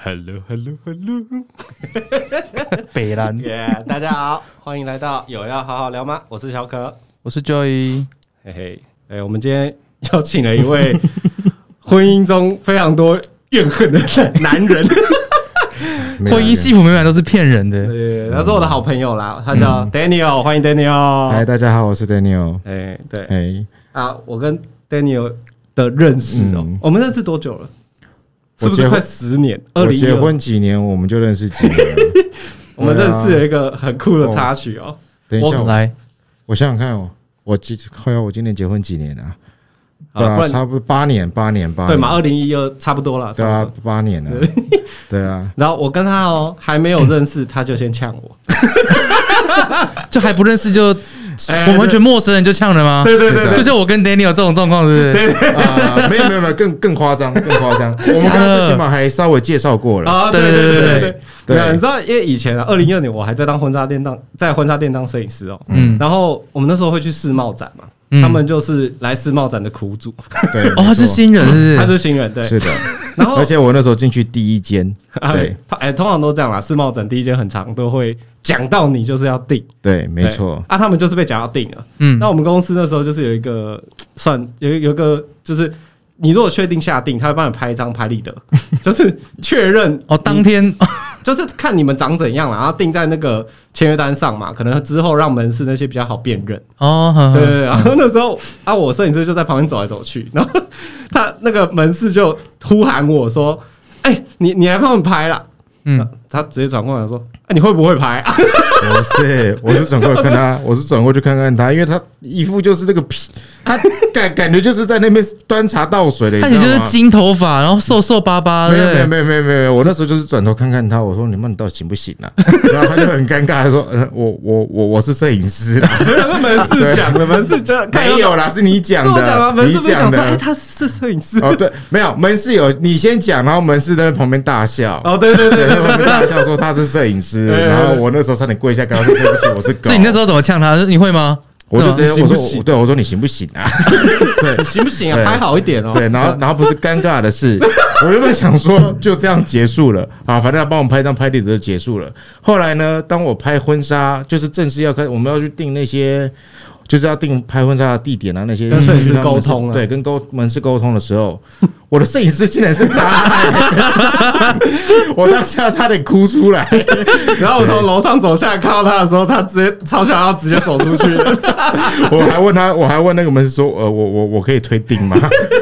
Hello Hello Hello，北兰，耶大家好，欢迎来到有要好好聊吗？我是小可，我是 Joy，嘿嘿，哎，我们今天邀请了一 位婚姻中非常多怨恨的男 人，没有婚姻幸福美满都是骗人的。对，他是我的好朋友啦，他叫 Daniel，、欢迎嗯嗨， Daniel。哎大家好，我是 Daniel。哎，对哎，啊，我跟 Daniel 的认识哦，嗯我们认识多久了？我是不结是婚快十年？二我零结，婚啊几年，我们就认识几年了。 我们认识对啊。了一个很酷的插曲哦。等一下，我来，我想想看哦，我记，快要我今年结婚几年啊？好对不啊，然差不多八年，八年，八对年嘛，。二零一二差不多了，对差啊不多。，八年了。对啊，然后我跟他哦还没有认识，他就先呛我。就还不认识就，哎我们完全陌生人就呛了吗？对对是对的对，就是我跟 Daniel 这种状况，是不是？啊，没有没有没有，更更夸张，更夸 张。我们假刚的刚最起码还稍微介绍过了。啊，对对对对对对对对对对，对没有，你知道，因为以前啊，二零一二年我还在当婚纱店当在婚纱店当摄影师哦，嗯，然后我们那时候会去世贸展嘛，嗯他们就是来世贸展的苦主，对，哦，没他错是新人，是他不是？是新人，对，是的。然 后而且我那时候进去第一间，啊对他 哎，通常都这样啦，世贸展第一间很长都会讲到你就是要定，对，没对错，啊，他们就是被讲到定了。嗯那，我们公司那时候就是有一个算有有一个就是。你如果确定下定，他会帮你拍一张拍立得， 就是确认哦，当天就是看你们长怎样了，然后定在那个签约单上嘛，可能之后让门市那些比较好辨认。哦，呵呵嗯对对对，然后那时候啊，我摄影师就在旁边走来走去，然后他那个门市就呼喊我说：“哎、你你来帮我们拍啦！”嗯，他直接转过来说：“哎、你会不会拍 啊不是，我是转过来看他，我是转过去看看他，因为他一副就是那个皮，他感感觉就是在那边端茶倒水 的，看你你知就道是吗？金头发，然后瘦瘦巴巴，没对有不没有对？没有没有没有，我那时候就是转头看看他，我说你们到底行不行 啊？然后他就很尴尬，他说呃我我我我是摄影师啦，？”那门市讲的，门市就看没有啦，是你讲是我讲的吗？，门你市没讲说：“哎、的。他是摄影师。哦，对，没有门市有你先讲，然后门市在那旁边大笑，哦，对对对对，在旁边大笑说他是摄影师，对对对然后我那时候差点跪下跟他说对不起，我是狗。所以你那时候怎么呛他？你会吗？我就对直嗯接行我不说行我对我说你行不行 啊？你行不行对啊？拍好一点哦。 对，然后然后不是尴尬 的是，我原本想说就这样结束了啊，反正他帮我们拍一张拍立得就结束了。后来呢，当我拍婚纱，就是正式要开，我们要去定那些，就是要定拍婚纱的地点啊，那些跟摄影师去他们沟通啊对，跟沟门市沟通的时候，我的摄影师竟然是 他，我当下差点哭出来。然后我从楼上走下来看到他的时候，他直接超想要直接走出去了。 我还问他，我还问那个门市说，呃，我我我可以推定吗？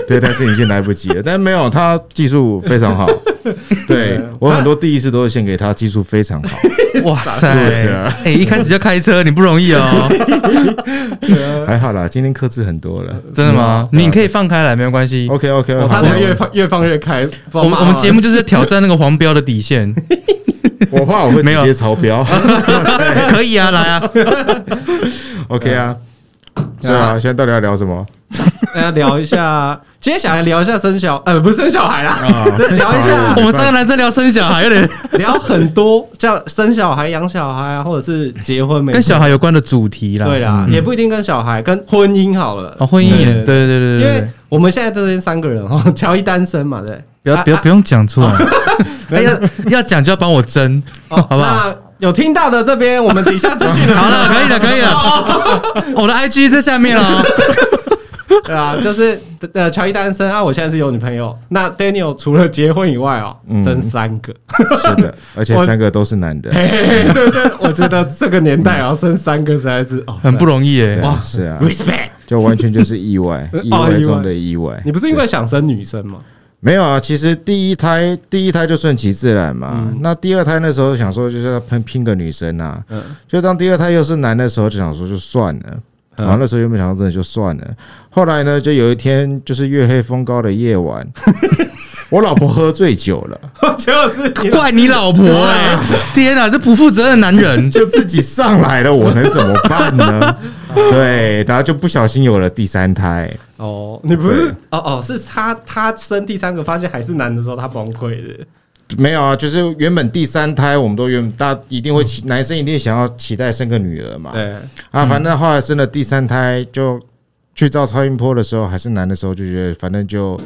对，但是已经来不及了。但没有，他技术非常好。对我很多第一次都是献给他，技术非常好。哇塞对的！哎，一开始就开车，你不容易 哦，还好啦，今天克制很多了。真的吗？嗯你可以放开来，没有关系。 OK OK，我差点越放越放越开。我我们我 们节目就是在挑战那个黄标的底线， 我怕我会没直有接超标。可以啊，来啊， OK 啊，是啊，现在到底要聊什么？大家聊一下，今天想来聊一下生小，呃，不是生小孩啦，啊 聊一下 我们三个男生聊生小孩有点聊很多，像生小孩、养小孩啊，或者是结婚没跟小孩有关的主题啦。嗯对啦，也不一定跟小孩，跟婚姻好了。哦，婚姻也对对对对对因对为对，我们现在这边三个人哦， 乔伊单身嘛，对，不要不要啊不用讲出来，哎 没有要要讲就要帮我争，啊好不好？那有听到的这边，我们底下资讯栏好了，可以了，可以了。我的 IG 在下面哦。 对啊，就是呃，乔伊单身啊，我现在是有女朋友。那 Daniel 除了结婚以外哦，嗯生三个。是的，而且三个都是男的。嘿嘿嘿对对， 我觉得这个年代啊，生三个实在是哦，很不容易对耶。啊，是啊， respect。就完全就是意外，哦意外中的意外。你不是因为想生女生吗？没有啊，其实第一胎第一胎就顺其自然嘛。那第二胎那时候想说就是要拼拼个女生啊，嗯就当第二胎又是男的时候就想说就算了。嗯然后那时候原本想说真的就算了，后来呢，就有一天就是月黑风高的 夜晚，我老婆喝醉酒了，结果是你 怪你老婆啊哎！天哪，这不负责任的男人。就自己上来了，我能怎么办 呢？对，然后就不小心有了第三胎，哦，你不是哦哦，是他他生第三个发现还是男的时候，他崩溃的。没有啊，就是原本第三胎我们都原本大家一定会期，男生一定想要期待生个女儿嘛，对，啊，反正后来生了第三胎，就去照超音波的时候，还是男的时候，就觉得反正就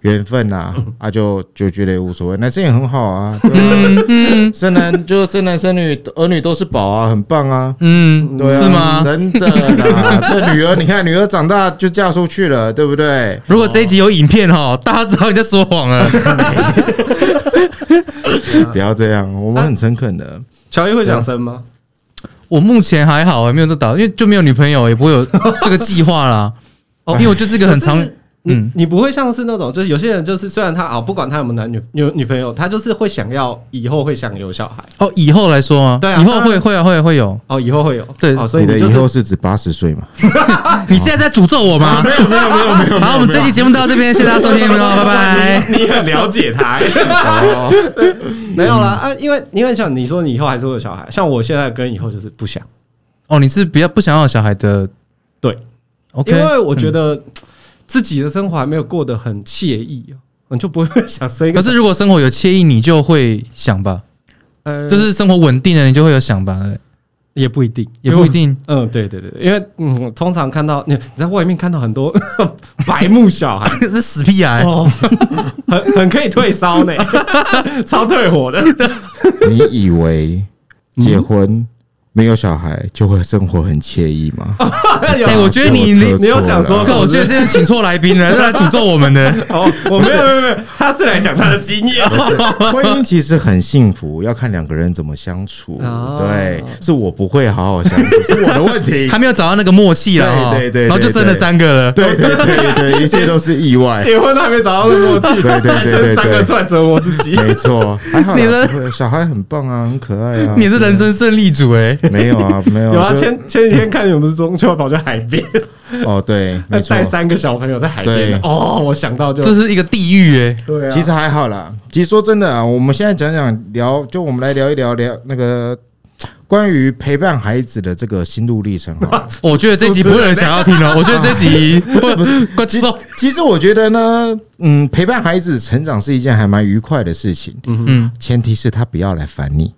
缘分呐、啊，就就觉得无所谓，男生也很好 啊，对啊嗯嗯生男就生男生女儿女都是宝啊，很棒啊。嗯，对啊，是吗？真的啦， 这女儿，你看女儿长大就嫁出去了，对不对？如果这一集有影片哈，大家知道你在说谎了。 嗯不要这样，我们很诚恳的。乔伊会想生吗？我目前还好，没有这打，因为就没有女朋友，也不会有这个计划啦。 哦，因为我就是一个很可长嗯是，你你不会像是那种，就是有些人就是虽然他啊，不管他有没有男女有女朋友，他就是会想要以后会想有小孩哦，以后来说吗？对啊以后当会然会啊会会有。哦，以后会有对哦，所以你你的以就后是是指八十岁 嘛？你现在在诅咒我吗？没有没有没有没有。好，我们这期节目到这边，谢谢大家收听，拜拜。你很了解 他、哦没有啦啊，因为因为像你说你以后还是会有小孩，像我现在跟以后就是不想，哦，你是比较不想要小孩的对， ，OK？因为我觉嗯，得自己的生活还没有过得很惬意哦，你就不会想生一个可是如果生活有惬意，你就会想吧，呃，就是生活稳定了，你就会有想吧，也不一定，也不一定。，嗯，对对对，因为嗯，我通常看到你你在外面看到很多 白目小孩 这死屁啊！哦，很很可以退烧 呢，超退火的。你以为结婚没有小孩就会生活很惬意吗？有哎，我觉得你啊这你我你有想说我哥，我觉得这样请错来宾了， 是来诅咒我们的。哦，我没有没有没有，他是来讲他的经验。 婚姻其实很幸福，要看两个人怎么相处。哦对，是我不会好好相处，是我的问 题还。没有找到那个默契了哦，对对对然后就对生了对三个了。对对对对，一切都是意 外。结婚都还没找到默契，对对对单身三对个对出来折磨自己。没错，还好啦你的不会小孩很棒啊，很可爱啊。你是人生胜利组哎、没有 啊，没 有有啊，就前前几天看你们不是中秋跑去海边，哦，对， 没错带。三个小朋友在海边对。哦，我想到就这是一个地狱哎、对啊，其实还好啦。其实说真的啊，我们现在讲讲聊，就我们来聊一聊聊那个关于陪伴孩子的这个心路历程好了我觉得这集不会有人想要听哦了，我觉得这集不是不是观众其实我觉得呢，嗯，陪伴孩子成长是一件还蛮愉快的事情，嗯，前提是他不要来烦 你。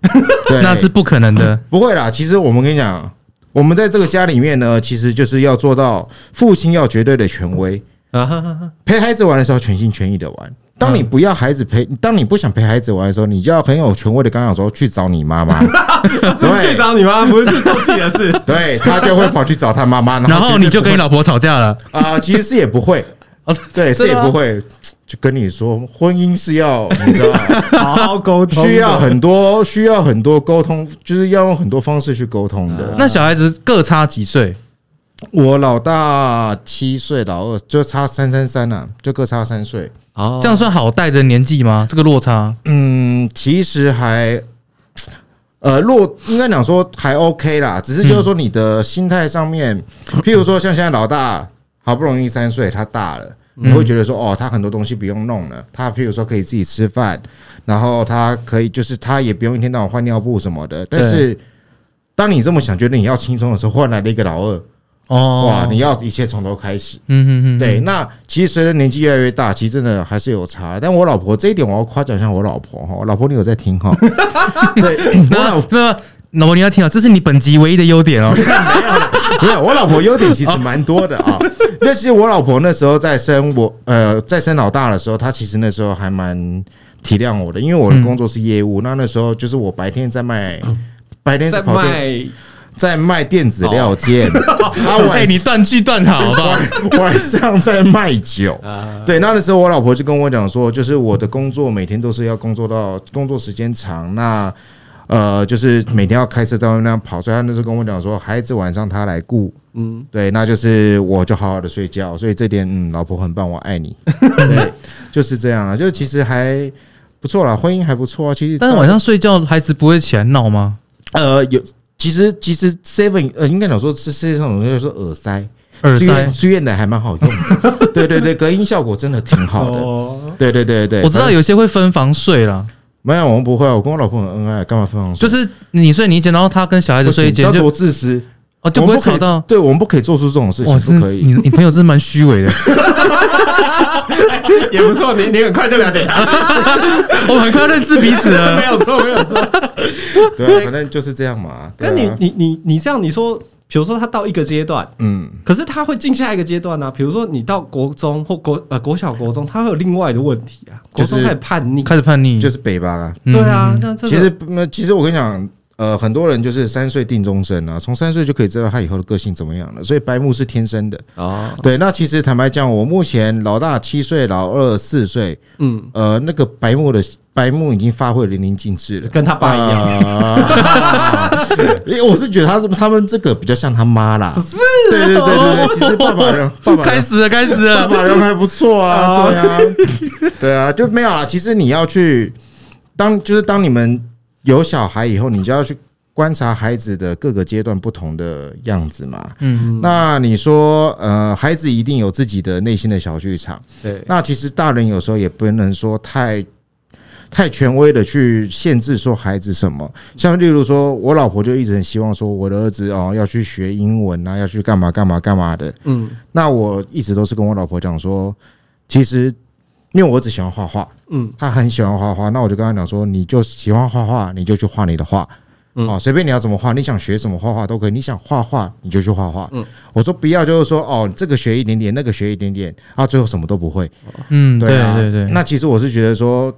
对，那是不可能的。不会啦，其实我们跟你讲，我们在这个家里面呢，其实就是要做到父亲要绝对的权威，啊，陪孩子玩的时候全心全意的嗯玩。当你不要孩子陪，当你不想陪孩子玩的时候，你就要很有权威的跟他讲说去找你 妈妈，是去找你妈，不是去做自己的 事。对他就会跑去找他妈妈， 然后你就跟你老老婆吵架 了，啊，其实是也不会，哦对，是也啊不会，就跟你说婚姻是要你知道吗。好好沟通的， 需要很多需要很多沟通，就是要用很多方式去沟通的。那小孩子各差几岁？啊我老大七岁，老二就差三三三啊，就各差三岁。哦这样算好带的年纪吗？这个落差，嗯，其实还。呃，落应该讲说还 OK 啦，只是就是说你的心态上面，譬如说像现在老大好不容易三岁，他大了，你会觉得说哦，他很多东西不用弄了，他譬如说可以自己吃饭，然后他可以就是他也不用一天到晚换尿布什么的。但是当你这么想，觉得你要轻松的时候，换来了一个老二，哦，哇，你要一切从头开始。嗯嗯嗯，对，那其实随着年纪越来越大，其实真的还是有差。但我老婆这一点，我要夸奖一下我老婆哈，老婆你有在听 哈？对，我那老那那老婆你要听啊，这是你本集唯一的优点 哦。没有，我老婆优点其实蛮多的哦啊。那其实我老婆那时候在生我呃在生老大的时候，她其实那时候还蛮体谅我的，因为我的工作是业嗯务，那那时候就是我白天在卖。白天是在跑店，卖在卖电子料件，啊哎，晚你断句断好，好不好？ 晚上在卖酒，啊，对，那那时候我老婆就跟我讲说，就是我的工作每天都是要工作到工作时间长，那呃，就是每天要开车在外面那样跑，所以她那时候跟我讲说，孩子晚上她来顾，嗯，对，那就是我就好好的睡觉，所以这点嗯，老婆很棒，我爱你，对，就是这样啊，就其实还不错啦，婚姻还不错啊，其实但是晚上睡觉，孩子不会起来闹吗？呃有。其实其实 Seven 呃，应该讲说是世界上有人说耳塞，耳虽然塞，虽然的还蛮好用 的，对对对，隔音效果真的挺好的，哦，对对对对，我知道有些会分房睡啦，没有，我们不会啊，我跟我老婆很恩爱，干嘛分房睡？就是你睡你一间，然后他跟小孩不子行睡一间，这就多自私，哦就我不们会可以吵到。对，我们不可以做出这种事情，真的不可是以你。你朋友真的蛮虚 伪的，也不错，你你很快就了解他， 我哦们很快要认知彼此没啊了。有错，没有错。哎对啊，反正就是这样嘛。那对你啊你你你这样，你说比如说他到一个阶段，嗯，可是他会进下一个阶段呢、啊比如说你到国中或国呃国小国中，他会有另外的问题啊，国就中是开始叛逆，开始叛逆，就是北吧、啊。嗯对啊，，那这个其实那其实我跟你讲，呃，很多人就是三岁定终身啊，从三岁就可以知道他以后的个性怎么样了，所以白目是天生的。哦，对，那其实坦白讲，我目前老大七岁，老二四岁，嗯，呃，那个白目的白目已经发挥淋漓尽致了。跟他爸一样，啊， 因为我是觉得他他们这个比较像他妈啦，哦是，对对对对对，其实爸爸人爸爸人 开始了，开始爸了，爸人还不错啊，对啊， 对啊，就没有啊。其实你要去当，就是当你们有小孩以后，你就要去观察孩子的各个阶段不同的样子嘛。嗯，那你说，呃，孩子一定有自己的内心的小剧场。对，那其实大人有时候也不能说太太权威的去限制说孩子什么，像例如说，我老婆就一直很希望说我的儿子哦要去学英文啊，要去干嘛干嘛干嘛的。嗯那我一直都是跟我老婆讲说，其实因为我只喜欢画画，嗯，她很喜欢画画，那我就跟她讲说，你就喜欢画画，你就去画你的画。嗯哦，随便你要怎么画，你想学什么画画都可以，你想画画你就去画画。嗯我说不要，就是说哦，这个学一点点，那个学一点点，啊，最后什么都不会。嗯，对啊，对对，那其实我是觉得说，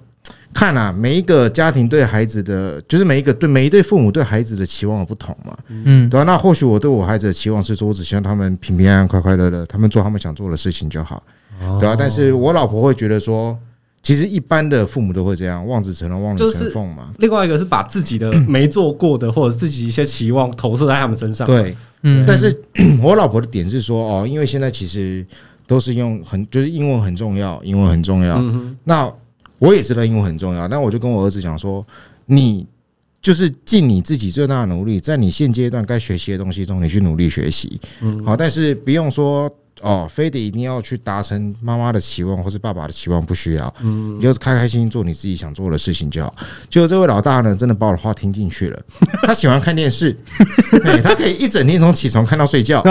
看啊，每一个家庭对孩子的，就是每一个对每一对父母对孩子的期望不同嘛，嗯，对啊，那或许我对我孩子的期望是说，我只希望他们平平安安、快快乐乐，他们做他们想做的事情就好，哦对啊。但是我老婆会觉得说，其实一般的父母都会这样，望子成龙、望女成凤嘛。另外一个是把自己的没做过的或者自己一些期望投射在他们身上，，对，嗯，但是 我老婆的点是说，哦，因为现在其实都是用很，就是英文很重要，英文很重要。嗯哼，那我也知道英文很重要，那我就跟我儿子讲说，你就是尽你自己最大的努力，在你现阶段该学习的东西中，你去努力学习，嗯嗯好，但是不用说。哦，非得一定要去达成妈妈的期望或是爸爸的期望，不需要，嗯你就是开开心心做你自己想做的事情就好。结果这位老大呢，真的把我的话听进去了， 他喜欢看 电视，对他可以一整天从起床看到睡觉，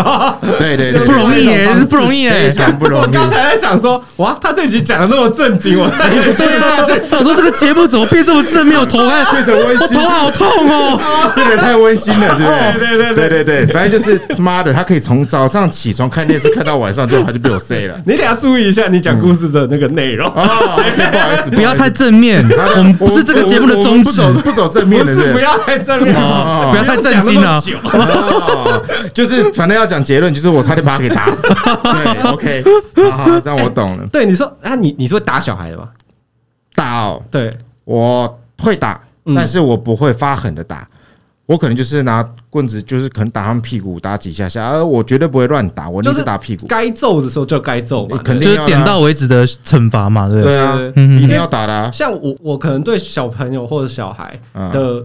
对对对，不容易另耶外一种方，式不容易哎非耶，常不容我 易。刚才在想说，哇，他这集讲的那么正经，我 对啊，我说这个节目怎么变这么正面？我头啊，变成温我馨头好痛哦。变得太温馨了，是不是？对对对对对反正就是妈的，他可以从早上起床看电视看到晚上，最后他就被我塞 了。你等一下注意一下你讲故事的那个内容，哦，不好意思，不要太正面，不好意思，我们不是这个节目的宗旨，我们不走不走正面不的，是不是。要太正面，哦不要太震惊了不用讲那么久哦，就是反正要讲结论，就是我差点把他给打死。对，OK，好好，好这样我懂了。对，你说啊，你你是会打小孩的吗？打哦，对，我会打，嗯但是我不会发狠的打，我可能就是拿棍子，就是可能打他们屁股，打几下下，而我绝对不会乱打，我就就是是打屁股。该揍的时候就该揍嘛。肯定就是要点啦到为止的惩罚嘛，对不对？对啊对对，对一定要打的啊。像我，我可能对小朋友或者小孩嗯的，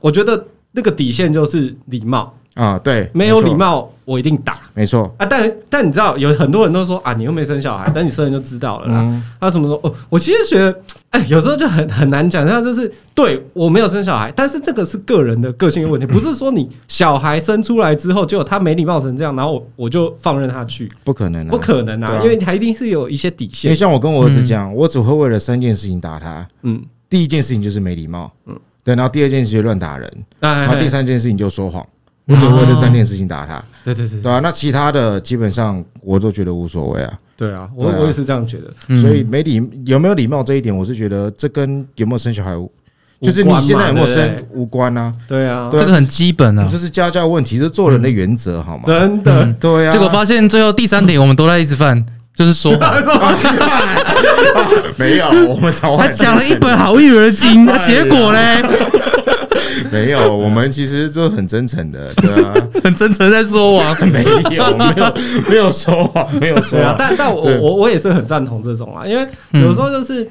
我觉得那个底线就是礼貌，啊，对，没有错礼，貌我一定打没错，啊。但但你知道，有很多人都说啊，你又没生小孩，但你生了就知道了啦。嗯，他什么时候？哦，我其实觉得，哎，有时候就很很难讲。像就是，对我没有生小孩，但是这个是个人的个性的问题，不是说你小孩生出来之后，结果他没礼貌成这样，然后我我就放任他去，不可能、啊，不。可能对啊啊，因为他一定是有一些底因为线。像我跟我儿子讲，我只会为了三件事情打他。嗯，第一件事情就是没礼貌，嗯，对，然后第二件事情就是乱打人，然后哎第，三件事情就说谎。我只会为了三件事情打他，对对对对啊吧、那其他的基本上我都觉得无所谓啊。对啊，我对啊我也是这样觉得。嗯所以没礼有没有礼貌这一点，我是觉得这跟有没有生小孩无，就是你无关嘛现在有没有对不生对无关啊。对啊，对啊这个很基本啊这。是家教问题，这是做人的原则，好吗？真的，对啊。结果发现最后第三点我们都在一直犯，就是 说谎。没有，我们他早晚讲了一本好育儿经，那结果嘞，没有，我们其实都很真诚的，对啊， 很真诚在说谎。没有，没有，没有说谎，没有说对啊谎，。但但我对嗯我我也是很赞同这种啊，因为有时候就是，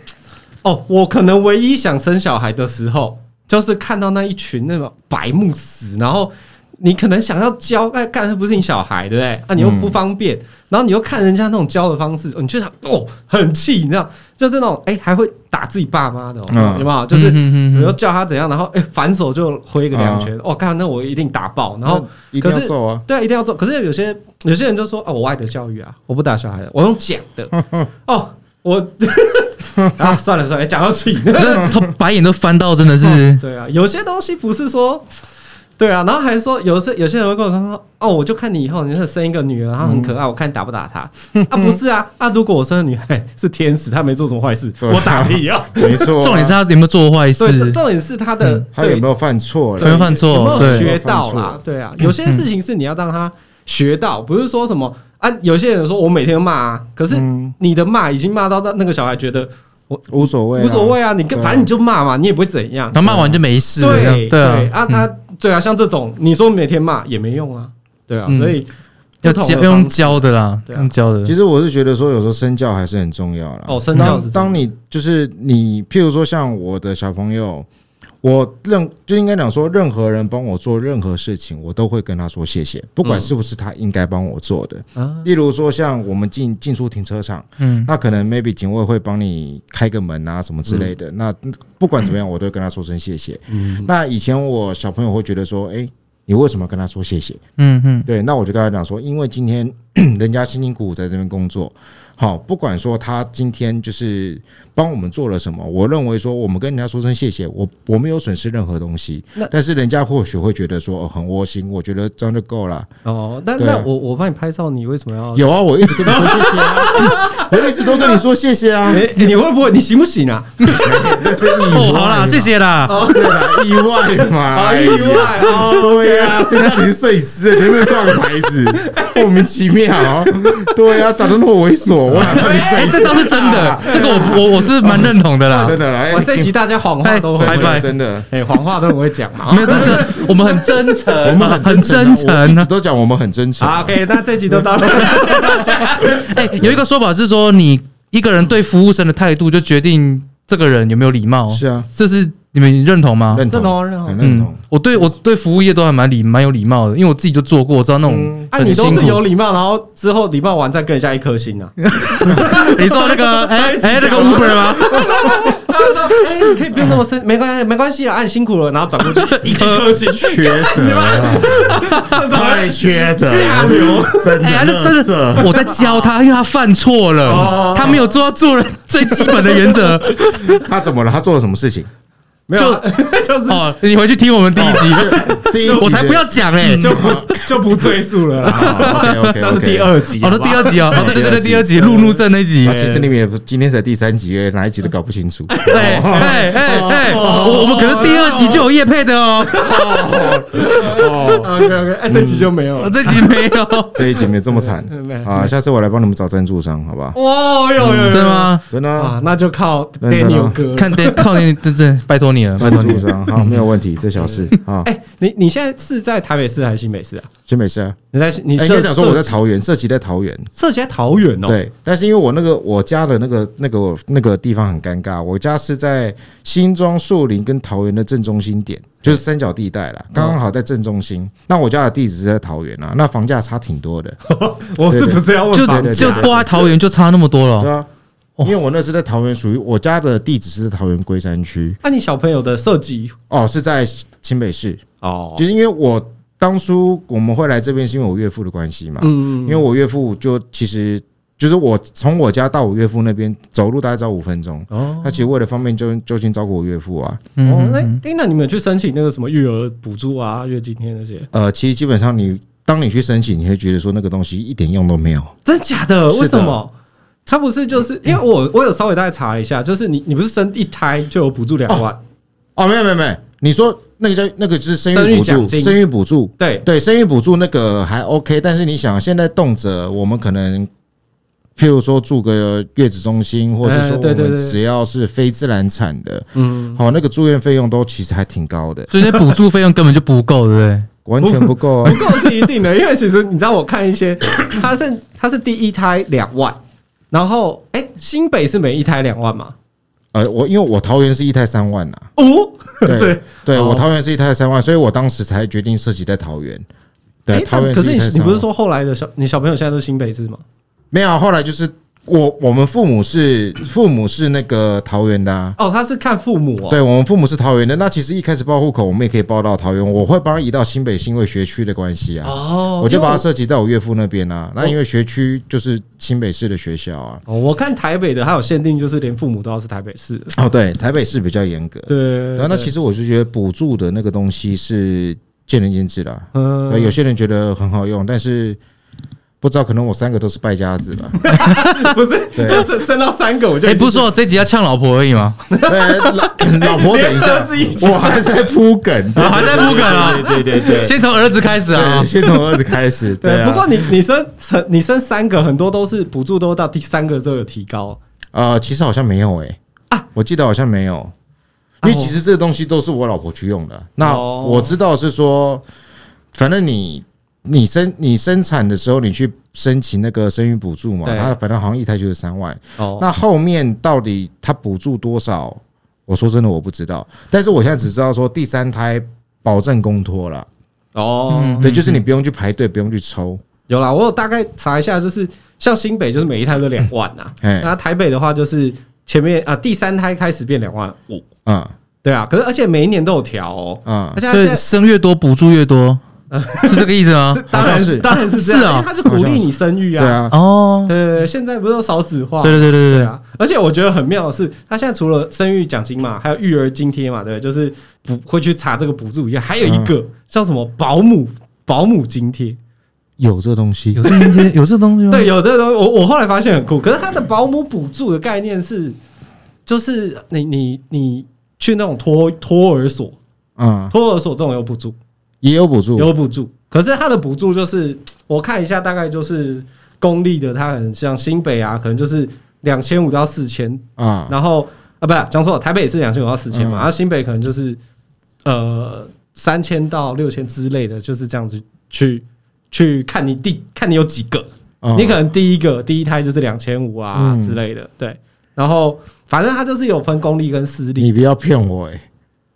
哦，我可能唯一想生小孩的时候，就是看到那一群那种白目死，然后你可能想要教，哎，干这不是你小孩，对不对？啊，你又嗯不方便，然后你又看人家那种教的方式，哦你就想哦，很气，你知道，就是那种哎、还会打自己爸妈的、哦，嗯有没有？就是嗯嗯嗯嗯比如叫他怎样，然后哎、反手就挥个两嗯拳，哦，看那我一定打爆，然后一定可要是。做啊，对啊，一定要做。可是有些有些人就说啊，我爱的教育啊，我不打小孩的，我用讲的。 哦，我 啊，算了算 了，讲到气。哦啊我真的他白眼都翻到，真的是对啊，有些东西不是说。对啊，然后还说有些有些人会跟我说说，哦，我就看你以后你是生一个女儿，然后很嗯可爱，我看你打不打她啊？不是啊，啊，如果我生的女孩是天使，她没做什么坏事，对啊我打屁啊！没错啊、重点是他有没有做坏对，重事，重点是她的他对嗯有没有犯错有没了有？犯错有没有对学到有没有啦犯？对啊，有些事情是你要让她学到，不是说什么啊？有些人说我每天骂啊，可是嗯你的骂已经骂到让那个小孩觉得无所谓，无所。谓啊，你跟对啊反正你就骂嘛，你也不会怎样然。后骂完就没事了，这对样对啊，啊，嗯他对啊，像这种你说每天骂也没用啊，对啊，嗯所以要不同教的要用方式教的啦，对啊用教的其，实我是觉得说，有时候身教还是很重要啦。哦身教是当当你就是你，譬如说像我的小朋友，我任就应该讲说，任何人帮我做任何事情，我都会跟他说谢谢，不管是不是他应该帮我做的。啊，例如说，像我们进进出停车场，嗯，那可能 maybe 警卫会帮你开个门啊什么之类的。那不管怎么样，我都会跟他说声谢谢。嗯，那以前我小朋友会觉得说，哎，你为什么跟他说谢谢？嗯嗯对，那我就跟他讲说，因为今天 人家辛辛苦苦在这边工作，好，不管说他今天就是帮我们做了什么，我认为说我们跟人家说声谢谢，我我没有损失任何东西那，但是人家或许会觉得说、哦、很窝心，我觉得这样就够了。哦，那对那啊我我帮你拍照，你为什么要？有啊，我一直跟你说谢谢 啊，我一直都跟你说谢谢啊，哎你你会不会你行不行啊？这是意哦，外好啦，嘛谢，谢啦，哦对啦，意 外嘛，啊，意外哦，对呀、谁叫你是摄影师？你有没有挂个牌 子？莫名其妙。哦对呀、长得那么猥琐，我哪知道你摄哎，影师？这倒是真的，这个我我我是蛮认同的 啦，真的啦，哎我这集大家谎话都会啊真拜的拜真的，哎，谎话都很会讲嘛没。有这这 我们很真诚，我们很呃很真啊我一诚直。都讲我们很真诚。啊好，OK，那啊这集都到这，哎，有一个说法是说，你一个人对服务生的态度，就决定这个人有没有礼貌。是啊，这是你们认同吗？嗯认认同，嗯同认很同。认同。，我对我对服务业都还蛮礼蛮有礼貌的，因为我自己就做过，我知道那种嗯啊，很你都辛是苦有礼貌，然后之后礼貌完再跟人家一颗星啊。你说那个哎哎那个 Uber 吗？他就说：“哎，你可以不用那么生，没关系，没关系啊，啊，你辛苦了。”然后转过去一颗星，缺德啊，太缺德下了，流真的哎，他就真垃圾的，我在教他，因为他犯错了哦，他没有做到做人最基本的原则。 他怎么了？他做了什么事情？没有啊，就是哦，你回去听我们第一集，哦第一集我才不要讲哎，就不就不赘述了啦。 OK，那是第。二 集，哦，好那不第好二集哦，哦对对对对，第二集路怒症那一集啊，其实你们也不今天才第三集耶，哪一集都搞不清楚。哎哎哎哎，我我们可能第二集就有叶配的哦，哦， OK OK，哎，这集就没有了。这集没有，这一集没这么惨没啊！下次我来帮你们找赞助商，好不好？哇，有有有，嗯真的？吗？真的啊啊，那就靠认真啊 Daniel 哥。看得靠你，真真拜托你了，拜赞托你助了。商好，没有问题，这小事啊，哎，你你现在是在台北市还是新北市啊？先没事啊。你在你哎应设该讲说我在设计桃园，涉及在桃园。设计在桃园哦，对，但是因为我那个我家的那个那个那个地方很尴尬，我家是在新庄树林跟桃园的正中心点，就是三角地带啦，刚刚好在正中心。那我家的地址是在桃园啊，那房价差挺多的，我是不是要问房就价？就挂在桃园就差那么多对了，啊，因为我那是在桃园，属于我家的地址是在桃园龟山区，啊那你小朋友的设计哦，是在新北市，哦就是因为我当初我们会来这边是因为我岳父的关系嘛，嗯因为我岳父就其实就是我从我家到我岳父那边走路大概只要五分钟，哦他其实为了方便就就近照顾我岳父啊，哦嗯，那嗯哎，那你们有去申请那个什么育儿补助啊、月津贴那些？呃，其实基本上你当你去申请，你会觉得说那个东西一点用都没有，真假的？是的嗯为什么？他不是就是因为我我有稍微大概查了一下，就是你你不是生一胎就有补助两万？哦，没有没有没有，你说那个叫那个就是生生育育补奖助，金生育补助，对，对，生育补助那个还 OK，但是你想现在动辄我们可能。譬如说住个月子中心，或者哎说对我对们对只要是非自然产的，哦嗯，好，那个住院费用都其实还挺高的，所以那补助费用根本就不够，对不对？ 完全不够 啊不。够是一定的，因为其实你知道，我看一 些，他是他是第一胎两万，然后哎、新北是每一胎两万嘛？呃，我因为我桃园是一胎三万呐、哦，对是，对哦我桃园是一胎三万，所以我当时才决定涉及在桃园。对，哎，桃但园可是一胎你你三不是万。说后来的小你小朋友现在都是新北市吗？没有？啊后来就是我我们父母是父母是那个桃园的、啊。哦，他是看父母哦，对我们父母是桃园的，那其实一开始报户口，我们也可以报到桃园。我会帮他移到新北，是因为学区的关系啊，哦，我就把因他为哦涉及在我岳父那边啊。那因为学区就是新北市的学校啊。我哦，我看台北的还有限定，就是连父母都要是台北市的，哦，对，台北市比较严格。对，对啊，那其实实我就觉得补助的那个东西是，见仁见智啦。呃，嗯，有些人觉得很好用，但是不知道可能我三个都是败家子吧。不是，对要是 生到三个我就哎、已经不是说我这集要呛老婆而已吗？ 对，老 老婆等一连下儿子一起，我还在铺梗， 我还在铺梗啊对对对对先从儿子开始啊对，！先从儿子开始。对，啊，不过你你生你生三个，很多都是补助都到第三个之后有提高，呃，其实好像没有诶、啊，我记得好像没有，因为其实这个东西都是我老婆去用的。那哦我知道是说，反正你你生你生产的时候，你去申请那个生育补助嘛，对它反正好像一胎就是三万。哦，那后面到底它补助多少？我说真的我不知道，但是我现在只知道说第三胎保证公托了，哦，对，就是你不用去排队，不用去抽，有啦，我有大概查一下，就是像新北就是每一胎都两万呐、哎那台北的话就是前面啊第三胎开始变两万五，啊对啊，可是而且每一年都有调哦，啊而，且它现对，在生越多补助 越多，是这个意思吗是？当然好像是当然是这是啊样，因为他就鼓励你生育对啊，啊，哦，对对对，现在不是都少子化，对对对对对啊，而且我觉得很妙的是，他现在除了生育奖金嘛，还有育儿津贴嘛，对不对？就是补会去查这个补助以外，还有一嗯个叫什么保姆保姆津贴，有这东西对，有，这东西有这东嗯西吗？对，有这个东西，我我后来发现很酷。可是他的保姆补助的概念是，就是你你你去那种托托儿所，嗯，托儿所这种有补助，也有补助，有补助。可是他的补助就是，我看一下，大概就是公立的，它很像新北啊，可能就是两千五到四千啊，然后啊，不是讲错了，台北也是两千五到四千嘛，嗯然后新北可能就是呃三千到六千之类的，就是这样子去去看你第看你有几个，嗯你可能第一个第一胎就是两千五啊嗯之类的，对，然后反正它就是有分公立跟私立。你不要骗我哎、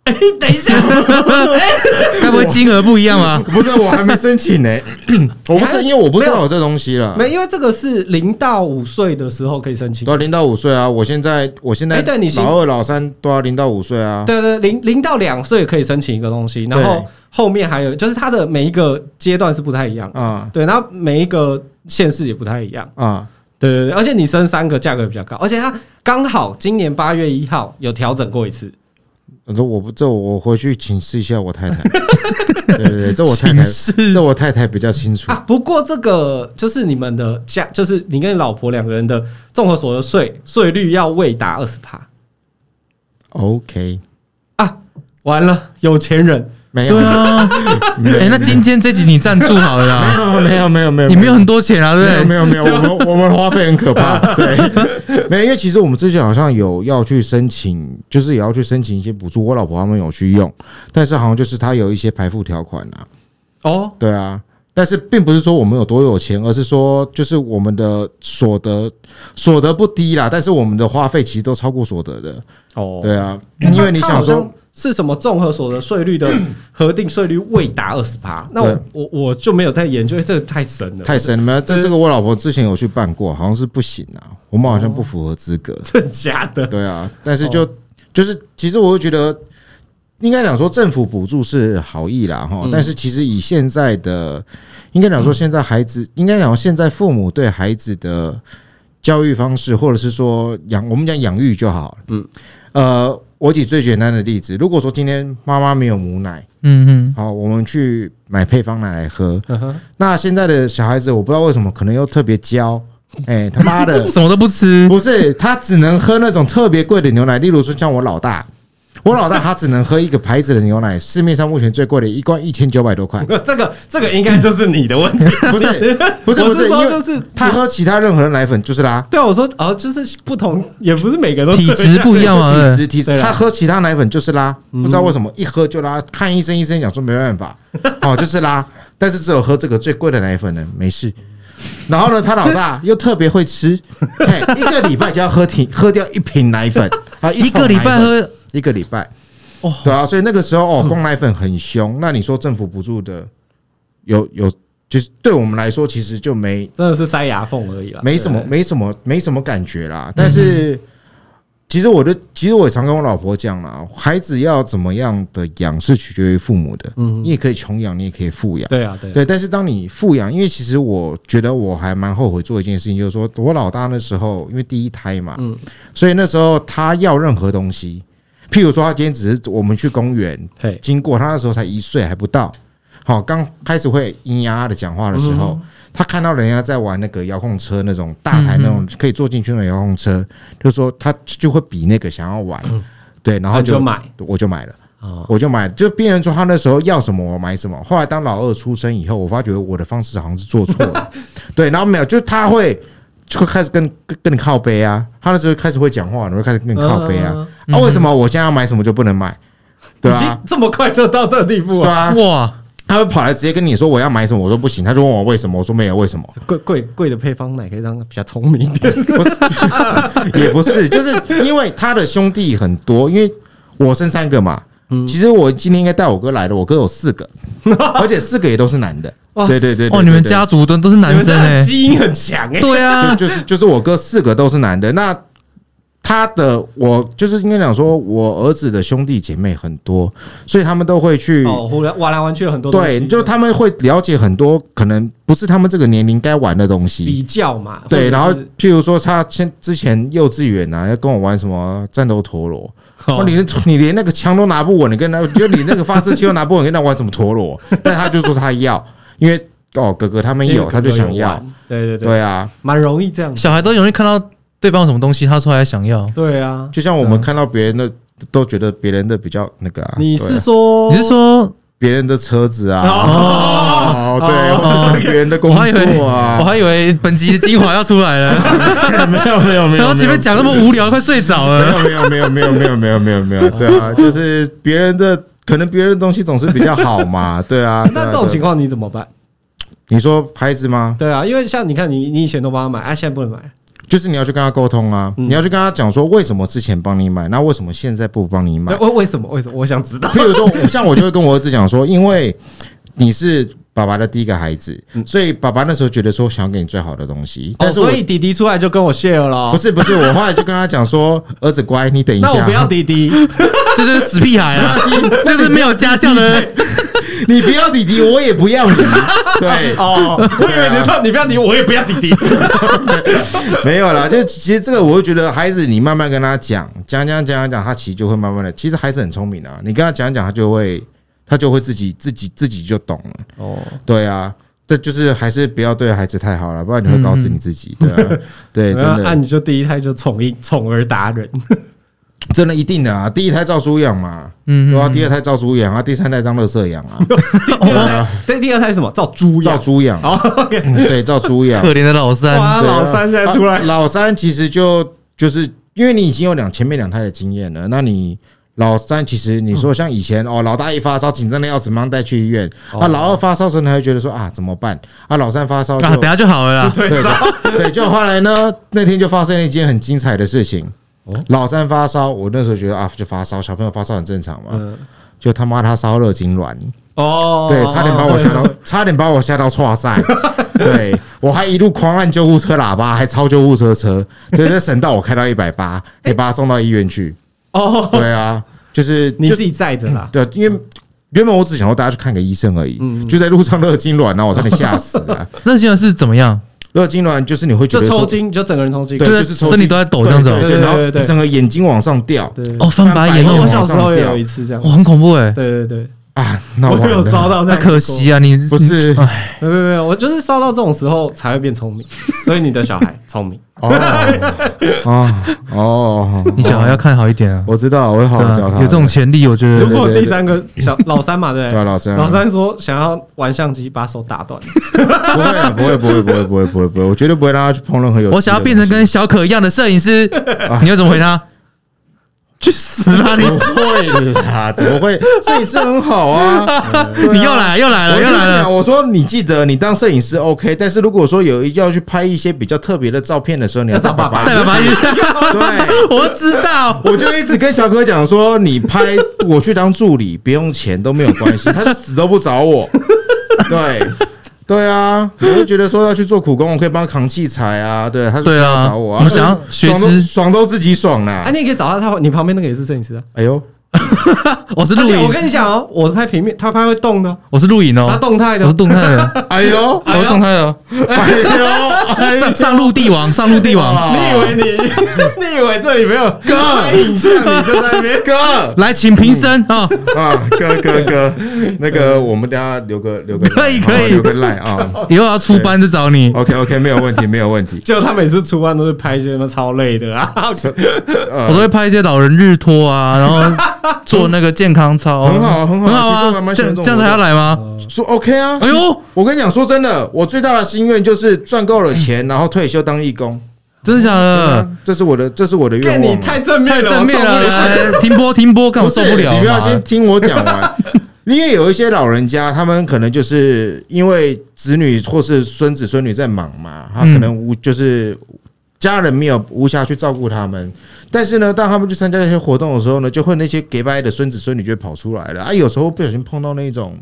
哎，等一下，该不会金额不一样吧？不是我还没申请呢、 哎我不还是因为我不知道有这东西了，没，因为这个是零到五岁的时候可以申请都。要零到五岁啊，我现在我现在哎对你先老二老三都要零到五岁啊，对对，零零到两岁可以申请一个东西，然后对后面还有就是它的每一个阶段是不太一样的。啊对，然后每一个县市也不太一样。啊对对对，而且你生三个价格也比较高，而且它刚好今年八月一号有调整过一次。我说我不这我回去请示一下我 太太，对对对，这我太太这我太太比较清楚啊，不过这个就是你们的价，就是你跟你老婆两个人的综合所得税税率要未达二十趴，OK，啊！完了，有钱人没有对啊，没有哎，那今天这集你赞助好了啦，啊没有没有没有，你没有很多钱啊，对不对？没有没有没有，我们我们花费很可怕。对， 没有，因为其实我们之前好像有要去申请，就是也要去申请一些补助，我老婆他们有去用，但是好像就是它有一些排付条款啊，哦，对啊。但是并不是说我们有多有钱，而是说就是我们的所得所得不低啦，但是我们的花费其实都超过所得的，哦对啊，因为你想说，是什么综合所得税率的核定税率未达二十趴，那对我我我就没有在研究，因为这个太深了，太深了没有，这对这个我老婆之前有去办过，好像是不行啊，我们好像不符合资格， 真假的对啊，但是哦就、就是，其实我会觉得，应该讲说政府补助是好意啦，哈、嗯但是其实以现在的，应该讲说现在孩子，应该讲现在父母对孩子的教育方式，或者是说养，我们讲养育就好嗯，呃，我举最简单的例子，如果说今天妈妈没有母奶，嗯好，我们去买配方奶来喝。嗯哼那现在的小孩子，我不知道为什么，可能又特别娇，哎、他妈 的嗯，，什么都不吃，不是，他只能喝那种特别贵的牛奶，例如说像我老大，我老大他只能喝一个牌子的牛奶，市面上目前最贵的一罐一千九百多块，这个这个应该就是你的问题，不是不是我不是，因说为就是他喝其他任何的奶粉就是啦，对啊我说哦，就是不同，也不是每个都体质不一样嘛，对体哦哎不对质体质对，啦他喝其他奶粉就是啦，不知道为什么一喝就拉，看医生医生讲说没办法，哦就是啦，但是只有喝这个最贵的奶粉呢没事。然后呢，他老大又特别会吃，嘿一个礼拜就要喝挺喝掉一瓶奶粉啊，一桶个礼奶拜粉喝一个礼拜。哦哦，对啊，所以那个时候哦，供奶粉很凶。那你说政府补助的有有，就是对我们来说其实就没真的是塞牙缝而已啦，没什么对啊没什么没什么感觉啦。但是其实我的其实我也常跟我老婆讲啦，孩子要怎么样的养是取决于父母的，你也可以穷养，你也可以富养。对啊，对啊，对，但是当你富养，因为其实我觉得我还蛮后悔做一件事情，就是说我老大那时候因为第一胎嘛，嗯所以那时候他要任何东西，譬如说他今天只是我们去公园嘿，经过，他那时候才一岁还不到，好，刚开始会咿呀的讲话的时嗯候，他看到人家在玩那个遥控车那种大牌那嗯种可以坐进去的遥控车，就说他就会比那个想要玩，对，然后他嗯就买，我就买了。哦，我就买，就变成说他那时候要什么我买什么。后来当老二出生以后，我发觉我的方式好像是做错 了，对，然后没有，就他会就会开始跟跟跟你靠背啊，他那时候开始会讲话，然后开始跟你靠背啊，啊，为什么我现在要买什么就不能买？对嗯已啊经，这么快就到这个地步对啊，啊，哇，他会跑来直接跟你说我要买什么，我说不行，他就问我为什么，我说没有为什么，贵贵贵的配方奶可以让他比较聪明一点，不是，也不是， 就是因为他的兄弟很多，因为我生三个嘛。其实我今天应该带我哥来的，我哥有四个，而且四个也都是男的。嗯哇对对对，对哦，你们家族都都是你男们生这哎、样基因很强哎，对对 啊，就就是就是我哥四个都是男的。那他的我就是应该讲说，我儿子的兄弟姐妹很多，所以他们都会去哦，忽然玩来玩去有很多东西对，就他们会了解很多可能不是他们这个年龄该玩的东西。比较嘛，或者对，是然后譬如说他先之前幼稚园啊，要跟我玩什么战斗陀螺，哦，你连 你连那个枪都拿不稳，你跟他就你那个发射器都拿不稳，你跟他玩什么陀螺？但他就说他要，因为哦哥哥他们因为有，哥他就哥想有要玩，，对对对，对啊，蛮容易这样，小孩都容易看到对方有什么东西，他说还想哦要。对啊，就像我们看到别人的都觉得别人的比较那个啊，你对是啊说你 是说，别人的车子啊，哦，哦对，哦或是别人的工我还以为作啊我，还以为本集的精华要出来了，没有没有没有，然后前面讲那么无聊，快睡着了。 没有没有没有没有没有没有没有，对啊，就是别人的可能别人的东西总是比较好嘛，对啊。对啊 那这种对情况你怎么办？你说牌子吗？对啊，因为像你看你，你以前都帮他买，啊，现在不能买，就是你要去跟他沟通啊，嗯你要去跟他讲说为什么之前帮你买，那为什么现在不帮你 买那？为为什么？为什么？我想知道。譬如说，像我就会跟我儿子讲说，因为你是爸爸的第一个孩子，所以爸爸那时候觉得说想要给你最好的东嗯西，哦，但是我所以弟弟出来就跟我 share 了不，是不是，我后来就跟他讲说，儿子乖，你等啊一下，那我不要弟弟，这 就是死屁孩 啊，就是没有家教的。 你不要弟弟，我也 不要你，对哦，我以为对啊你说你不要弟，我也不要弟弟， 没有啦，就其实这个，我会觉得孩子，你慢慢跟他讲，讲讲讲讲讲，他其实就会慢慢的。其实孩子很聪明啊，你跟他讲讲，他就会，他就会自己自己自己就懂了。哦，对啊，这就是还是不要对孩子太好了，不然你会搞死你自己。对啊， 对，真那的，你就第一胎就宠一宠儿达人，真的一定的啊！第一胎照书养嘛，嗯对啊，第二胎照猪养啊，第三胎当乐色养啊，第二胎对，第二胎是什么？照猪照养，猪养，哦，OK，嗯对，照猪 养。可怜的老三，哇，对啊老三现在出啊来，老三其实就就是因为你已经有两前面两胎的经验了，那你老三其实你说像以前哦，老大一发烧紧张的要死，马上带去医院哦啊，老二发烧时候你还会觉得说啊怎么办啊，老三发 烧就啊，等下就好了啦。对对对对，就后来呢，那天就发生了一件很精彩的事情。哦老三发烧，我那时候觉得啊，就发烧，小朋友发烧很正常嘛。嗯，就他妈他烧热痉挛，哦，对，差点把我吓到，差点把我吓到岔赛。对我还一路狂按救护车喇叭，还超救护车车，对，在省道我开到一百八，也把他送到医院去。哦，对啊，就是你就自己载着啦，对，因为原本我只想说大家去看个医生而已，就在路上热痉挛，然后我差点吓死啊！那现在是怎么样？热痉挛就是你会觉就得抽说，筋，就整个人抽筋，对，就是就是抽筋身体都在抖这样子哦对对，对对然后对对整个眼睛往上掉对，哦，翻白眼对那对我对小种，时候也有一次这样，哇，很恐怖哎，对对对，啊，那我完有了。烧到这那样，可惜啊，你不是哎没有没有没有，我就是烧到这种时候才会变聪明，所以你的小孩聪明，哦哦哦，你小孩要看好一点啊，我知道，我会好对好啊教他的。有这种潜力，我觉如得果第三个小老三嘛，对对不啊，对？老师啊，老三说想要玩相机，把手打断。不会啊，不会，不会，不会，不会，不会，不会，我绝对不会让他去碰任何有。我想要变成跟小可一样的摄影师，你要怎 么回啊他？去死吧你！不会啦，怎么会？摄影师很好啊，对啊你又。来又来我了就又来讲，了，我说你记得，你当摄影师 OK，但是如果说有要去拍一些比较特别的照片的时候，你要要找爸爸代表白对，我知道， 我就一直跟小哥讲说，你拍我去当助理，不用钱都没有关系，他就死都不找我。对，对啊，我就觉得说要去做苦工，我可以帮他扛器材啊。对，他就不对啊要找我啊。我们想要学爽都资爽都自己爽啦啊哎，。你也可以找他，他你旁边那个也是摄影师啊。哎呦，我是而录且我影，跟你讲哦，我拍平面，他拍会动的，我是录影他哦，动态我是的，动态的， 哎呦，我是动态的，哎呦，哎呦哎上上陆地王，上陆地王，你以为你 你以为这里没有哥影像，你就在那边哥来，请评审啊，啊，哥哥哥，那个我们等下留个留个 line，可以可以好留个 line 啊。以后要出班就找你。 OK OK，没有问题，没有问题。就他每次出弯都是拍一些他妈超累的啊，我都呃，会拍一些老人日托啊，然 后做那个健康操，很好很好很其实我还啊！蛮喜这样欢这种这样才要来吗？说 OK 啊哎。呦，我跟你讲，说真的，我最大的心愿就是赚够了钱，然后退休当义工。真的假的？嗯，这是我的，这是我的愿看望你啊。太正面太了，正面我受不了，了。来停哎播停播，干我不受是不了。你不要先妈听我 讲完。因为有一些老人家，他们可能就是因为子女或是孙子孙女在忙嘛，他可能无就是家人没有无暇去照顾他们。但是呢，当他们去参加一些活动的时候呢，就会那些给拜的孙子孙女就会跑出来了啊。有时候不小心碰到那种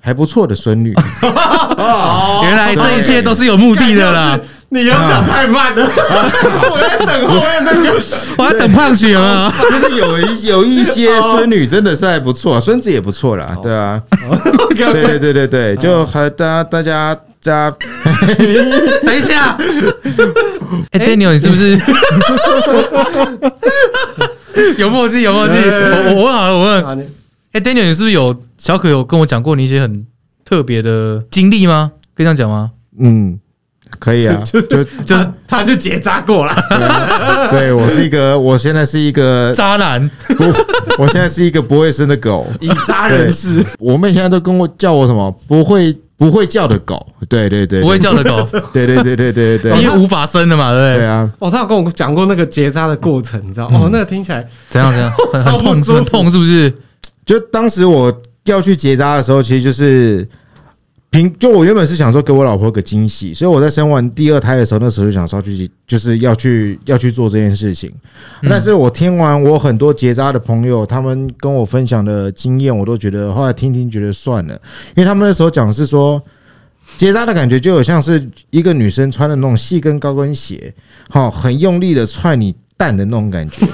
还不错的孙女啊，原来这一切都是有目的的 啦！你要讲太慢了，我在等后面那个。我要等胖雪 啊！就是有一有一些孙女真的是还不错，孙子也不错啦，对啊。 对对对对对，就和大家大家大家，等一下， 哎，Daniel，你是不是 有默契？有默契！我我问好了，我问，好你哎，Daniel，你是不是有小可有跟我讲过你一些很特别的经历吗？可以这样讲吗？嗯，可以啊，就就是他就结扎过了，对我是一个，我现在是一个渣男，不， 我现在是一个不会生的狗，以渣人士。我妹现在都跟我叫我什么不会不会叫的狗，对对对，不会叫的狗，对，对对对对 对你对也无法生的嘛，对不对对？啊，哦，他有跟我讲过那个结扎的过程，你知道？哦，那个听起来怎样怎样，很很超不痛，舒服很痛，是不是？就当时我要去结扎的时候，其实就是平，就我原本是想说给我老婆个惊喜，所以我在生完第二胎的时候，那时候就想说要去，就是要去要去做这件事情。但是我听完我很多结扎的朋友他们跟我分享的经验，我都觉得后来听听觉得算了，因为他们那时候讲的是说。结扎的感觉就有像是一个女生穿的那种细跟高跟鞋，好，很用力的踹你蛋的那种感觉，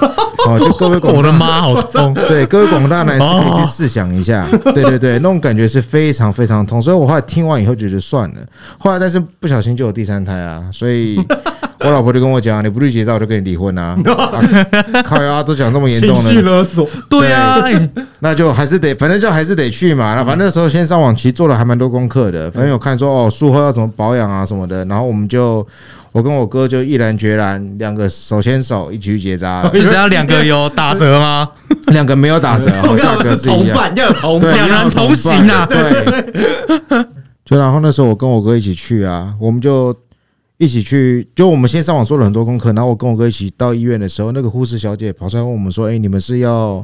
哦，就各位广大我的妈，好 痛！对，各位广大男士可以去试想一 下，对对对，那种感觉是非常非常痛。所以我后来听完以后觉得算了，后来但是不小心就有第三胎啊，所 以我老婆就跟我讲，你不去结扎我就跟你离婚 啊！啊靠呀，都讲这么严情重绪了，勒索，对啊，哎那就还是得，反正就还是得去嘛。那反正那时候先上网，其实做了还蛮多功课的，反正有看说哦，术后要怎么保养啊什么的，然后我们就。我跟我哥就毅然决然，两个手牵手一起去结 扎了，你只要两个有打折吗？两个没有 打折， 重价要格的是是一同样。伴，要有同对，伴。两人同行啊 对。 就然后那时候我跟我哥一起去啊，我们就一起去，就我们先上网做了很多功课，然后我跟我哥一起到医院的时候，那个护士小姐跑出来问我们说：“哎、你们是要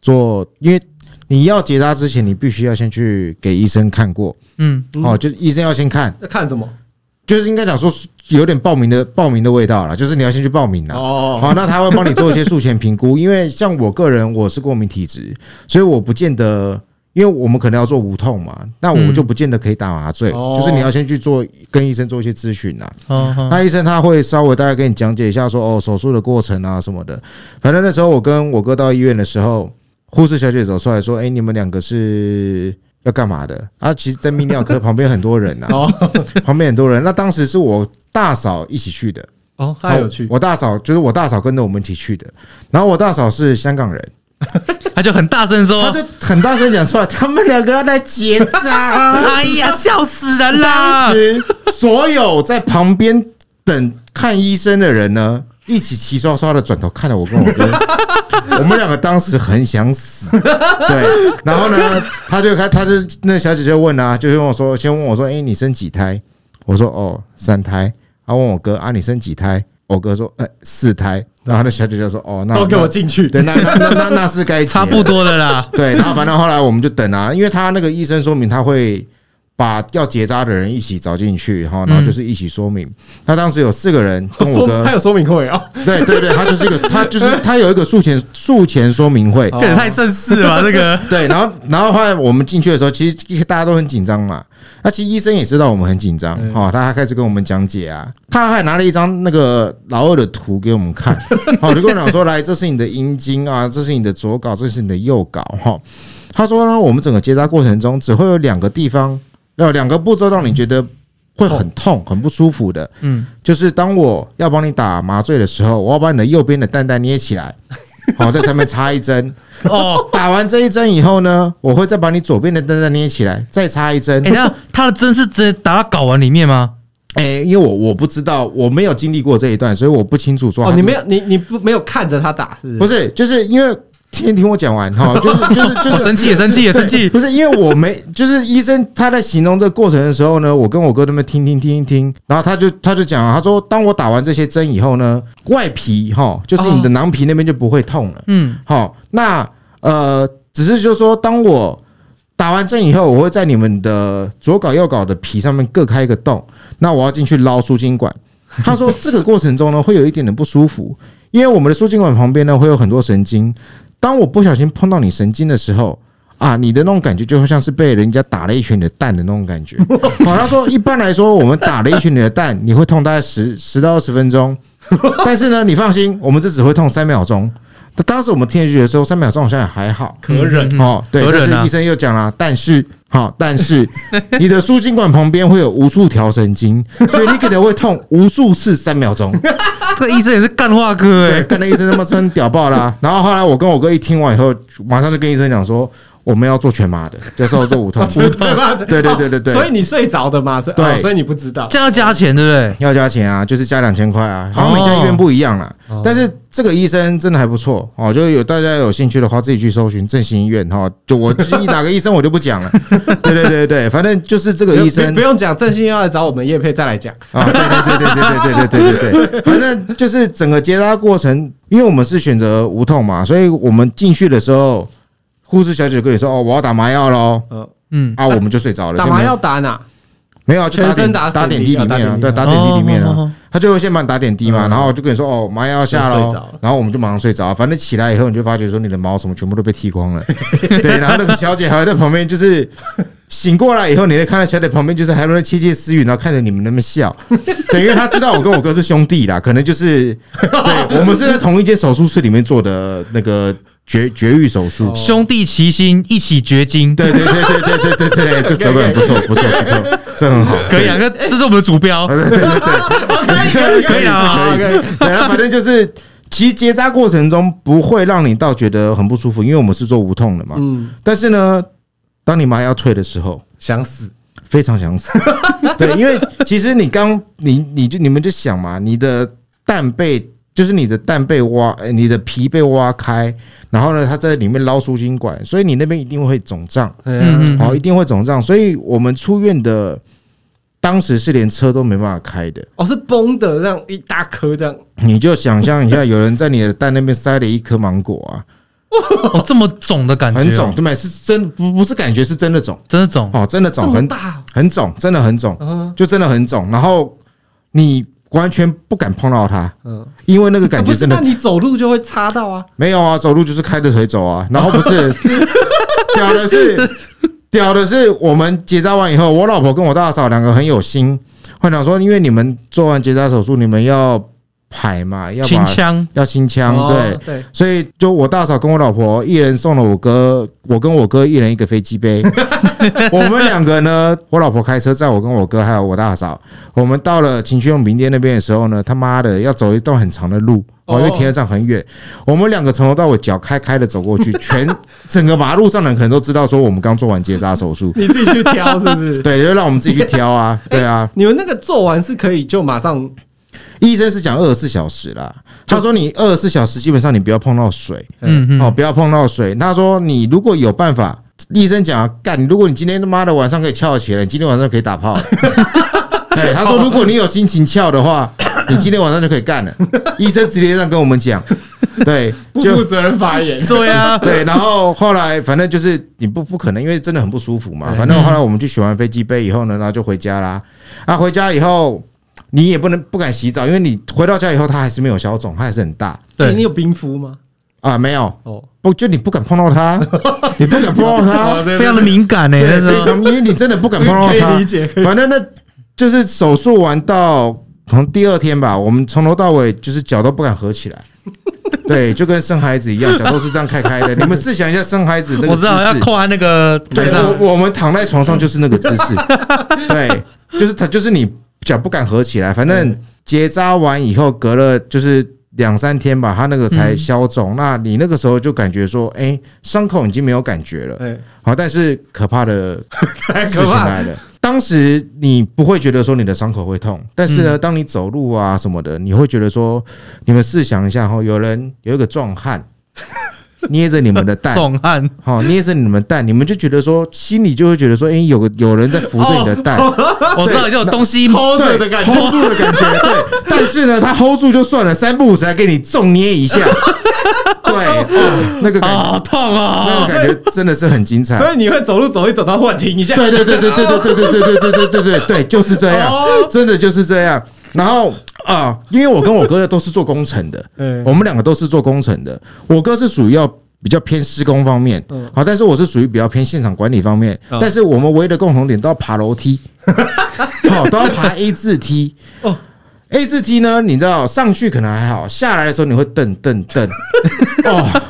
做？因为你要结扎之前，你必须要先去给医生看过，嗯，嗯哦，就是医生要先看，要看什么？就是应该讲说是有点报名的报名的味道啦，就是你要先去报名啊啦。哦，好，那他会帮你做一些术前评估，因为像我个人我是过敏体质，所以我不见得，因为我们可能要做无痛嘛，那我就不见得可以打麻醉，嗯就是你要先去做跟医生做一些咨询啊。哦哦那医生他会稍微大概跟你讲解一下说哦手术的过程啊什么的。反正那时候我跟我哥到医院的时候，护士小姐走出来说：“哎、你们两个是。”要干嘛的？啊，其实，在泌尿科旁边很多人呐、哦旁边很多人。那当时是我大嫂一起去的，哦，太有趣。我大嫂就是我大嫂跟着我们一起去的，然后我大嫂是香港人，他就很大声哦她说就很大声讲出来，他们两个要来结：“扎。哎呀，笑死人当啦！时所有在旁边等看医生的人呢，一起齐刷刷的转头看了我跟 我哥。我们两个当时很想死，对，然后呢，他就开，他就那小姐就问啊，就问我说，先问我说，哎、你生几胎？我说哦，三胎。他问我哥啊，你生几胎？我哥说，哎、四胎。然后那小姐就说，哦，那都给我那进去。 对，那那那那那是该结了 差不多了啦，对，然后反正后来我们就等啊，因为他那个医生说明他会把要结扎的人一起找进去，哈，然后就是一起说明。他当时有四个人跟我 说哥他，有说明会哦，对对对，他就是一个，他就是他有一个术前术前说明会，哦这也太正式了吧，这个 对，然后然后后来我们进去的时候，其实大家都很紧张嘛。那其实医生也知道我们很紧张，嗯哦，他还开始跟我们讲解啊，他还拿了一张那个老二的图给我们看， 哦，就跟我讲说，来，这是你的阴茎啊，这是你的左睾，这是你的右睾，哈、他说呢，我们整个结扎过程中只会有两个地方，有呃两个步骤让你觉得会很痛、很不舒服的，嗯，就是当我要帮你打麻醉的时候，我要把你的右边的蛋蛋捏起来，好、在上面插一 针。哦，打完这一针以后呢，我会再把你左边的灯再捏起来，再插一针哎、。那他的针是直接打到睾丸里面吗？哎、因为我我不知道，我没有经历过这一段，所以我不清楚说。哦，你没有，你你不没有看着他打，是不是？不是，就是因为先听我讲完哈，就是 就是我、就是。哦生气也生气也生气，不是因为我没，就是医生他在形容这个过程的时候呢，我跟我哥他们听听听一听，然后他就他就讲啊，他说当我打完这些针以后呢，外皮哈，就是你的囊皮那边就不会痛了。嗯，好，那呃，只是就是说，当我打完针以后，我会在你们的左睾右睾的皮上面各开一个洞，那我要进去捞输精管。他说这个过程中呢， 会有一点点不舒服，因为我们的输精管旁边呢会有很多神经，当我不小心碰到你神经的时候。啊，你的那种感觉就会像是被人家打了一拳你的蛋的那 种感觉。好，他说一般来说，我们打了一拳你的蛋，你会痛大概十十到二十分钟，但是呢，你放心，我们这只会痛三秒钟。那当时我们听下去的时候，三秒钟好像也还好，可忍，嗯哦，对，何但忍是啊医生又讲了，但是好、但是你的输精管旁边会有无数条神经，所以你可能会痛无数次三秒钟。这个医生也是干话哥哎、对，干那医生他妈真屌爆啦、然后后来我跟我哥一听完以后，马上就跟医生讲说，我们要做全麻的，就是要做无痛就是 这样子对对对对对哦所以你睡着的嘛，所以对哦所以你不知道这样要加钱对不对？ 要加钱啊，就是加两千块啊，好像每家医院不一样啦。但是这个医生真的还不错哦，就有大家有兴趣的话，自己去搜寻振兴医院哈、哦。就我至于哪个医生我就不讲了， 对对对对，反正就是这个医不生不用讲，郑兴要来找我们叶佩再来讲。啊，对对对对对对对对对对，反正就是整个结扎过程，因为我们是选择无痛嘛，所以我们进去的时候，护士小姐跟你说哦，我要打麻药喽，呃，嗯，啊，我们就睡着了。打就没麻有药打 哪？没有啊，就打全身点打打点点滴滴里啊打面啊，点滴对，打点滴里面哦啊哦哦哦，他就会先帮你打点滴嘛，嗯然后就跟你说哦，麻药要下就喽睡着了，然后我们就马上睡着，反正起来以后你就发觉说你的毛什么全部都被剃光了，对，然后那个小姐还会在旁边就是。醒过来以后，你会看到小姐旁边就是还在窃窃私语，然后看着你们那么笑，对，因为她知道我跟我哥是兄弟啦，可能就是对我们是在同一间手术室里面做的那个绝绝育手术，兄弟齐心一起绝经，对对对对对对对对，这手感不错不错不错，这很好，可以啊，这这是我们的主标对，对对对对，可以 可以 啊可以可以。 对，啊，反正就是，其实结扎过程中不会让你到觉得很不舒服，因为我们是做无痛的嘛。嗯，但是呢，当你麻药退的时候，想死。非常想死。对，因为其实你刚你你就你们就想嘛，你的蛋被就是你的蛋被挖，呃你的皮被挖开，然后呢，它在里面捞输精管，所以你那边一定会肿胀，哎哦嗯嗯好、一定会肿胀。所以我们出院的当时是连车都没办法开的。哦，是崩的，这样一大颗这样，你就想象一下，有人在你的蛋那边塞了一颗芒果啊，哦，这么肿的感觉、哦，很肿，，对吗？是真不不是感觉是真的肿真的肿，哦，真的这肿，么很大，很肿，真的很肿，嗯就真的很肿。然后你完全不敢碰到它，嗯，啊因为那个感不觉是，真那的你走路就会擦到啊，没有啊，走路就是开着腿走啊。然后不 是屌的是屌的是，我们结扎完以后，我老婆跟我大嫂两个很有心，会讲说，因为你们做完结扎手术，你们要排嘛，要清把腔，要清腔，对哦。对，所以就我大嫂跟我老婆一人送了我哥，我跟我哥一人一个飞机杯。我们两个呢，我老婆开车载我跟我哥还有我大嫂，我们到了情趣用品店那边的时候呢，他妈的要走一段很长的路。哦，因为哦停车场很远，我们两个从头到尾脚开开的走过去，全 整个马路上的人可能都知道说我们刚做完结扎手术，你自己去挑是不是？ 对，就让我们自己去挑啊，对啊，你们那个做完是可以就马上医生是讲二十四小时啦，他说你二十四小时基本上你不要碰到水，嗯嗯，哦，不要碰到水。他说你如果有办法，医生讲啊干，如果你今天他妈的晚上可以翘起来，你今天晚上可以 打炮了。对，他说 如果你有心情翘的话，你今天晚上就可以干了。医生直接这样跟我们讲。对，不负就责任发言，对啊， 对，然后后来反正就是你不不可能，因为真的很不舒服嘛。反正后来我们去选完飞机杯以后呢，然后就回家啦。啊，回家以后你也不能不敢洗澡，因为你回到家以后它还是没有消肿，它还是很大欸你对，有冰敷吗？啊，没有哦，不就你不敢碰到它，你不敢碰到 它，非常的敏感呢、对，那时非候常，因为你真的不敢碰到可以它理。解，反正那就是手术完到可能第二天吧，我们从头到尾就是脚都不敢合起来。对，就跟生孩子一样，脚都是这样开开的。你们试想一下生孩子那个我知道姿势要跨在那个对台，上，我我们躺在床上就是那个姿 势，对，就是他就是你脚不敢合起来，反正结扎完以后隔了就是两三天吧，他那个嗯才消肿。那你那个时候就感觉说，哎，伤口已经没有感觉了，哎，好，但是可怕的 太事哎可情怕，来了。当时你不会觉得说你的伤口会痛，但是嗯呢，当你走路啊什么的，你会觉得说，你们试想一下哈，有人有一个 壮汉捏着你们的蛋，壮汉，好、捏着你们蛋，你们就觉得说，心里就会觉得说，哎、有个有人在扶着你的蛋，我知道这种东西，偷着对的感觉， ，hold 住的感觉，对。但是呢，他 hold 住就算了，三不五时还给你重捏一下，对，哦、那个感觉，好痛哦那个感觉真的是很精彩。所以你会走路走一走，到幻听一下，对对对对对对对对对对对对对对对，就是这样哦，真的就是这样。然后啊、因为我跟我哥都是做工程的，嗯我们两个都是做工程的，我哥是属于要。比较偏施工方面，嗯好，但是我是属于比较偏现场管理方面，但是我们唯一的共同点都要爬 楼梯，好，都要爬 A 字梯。哦 A 字梯呢，你知道上去可能还好，下来的时候你会蹬 蹬蹬。哦，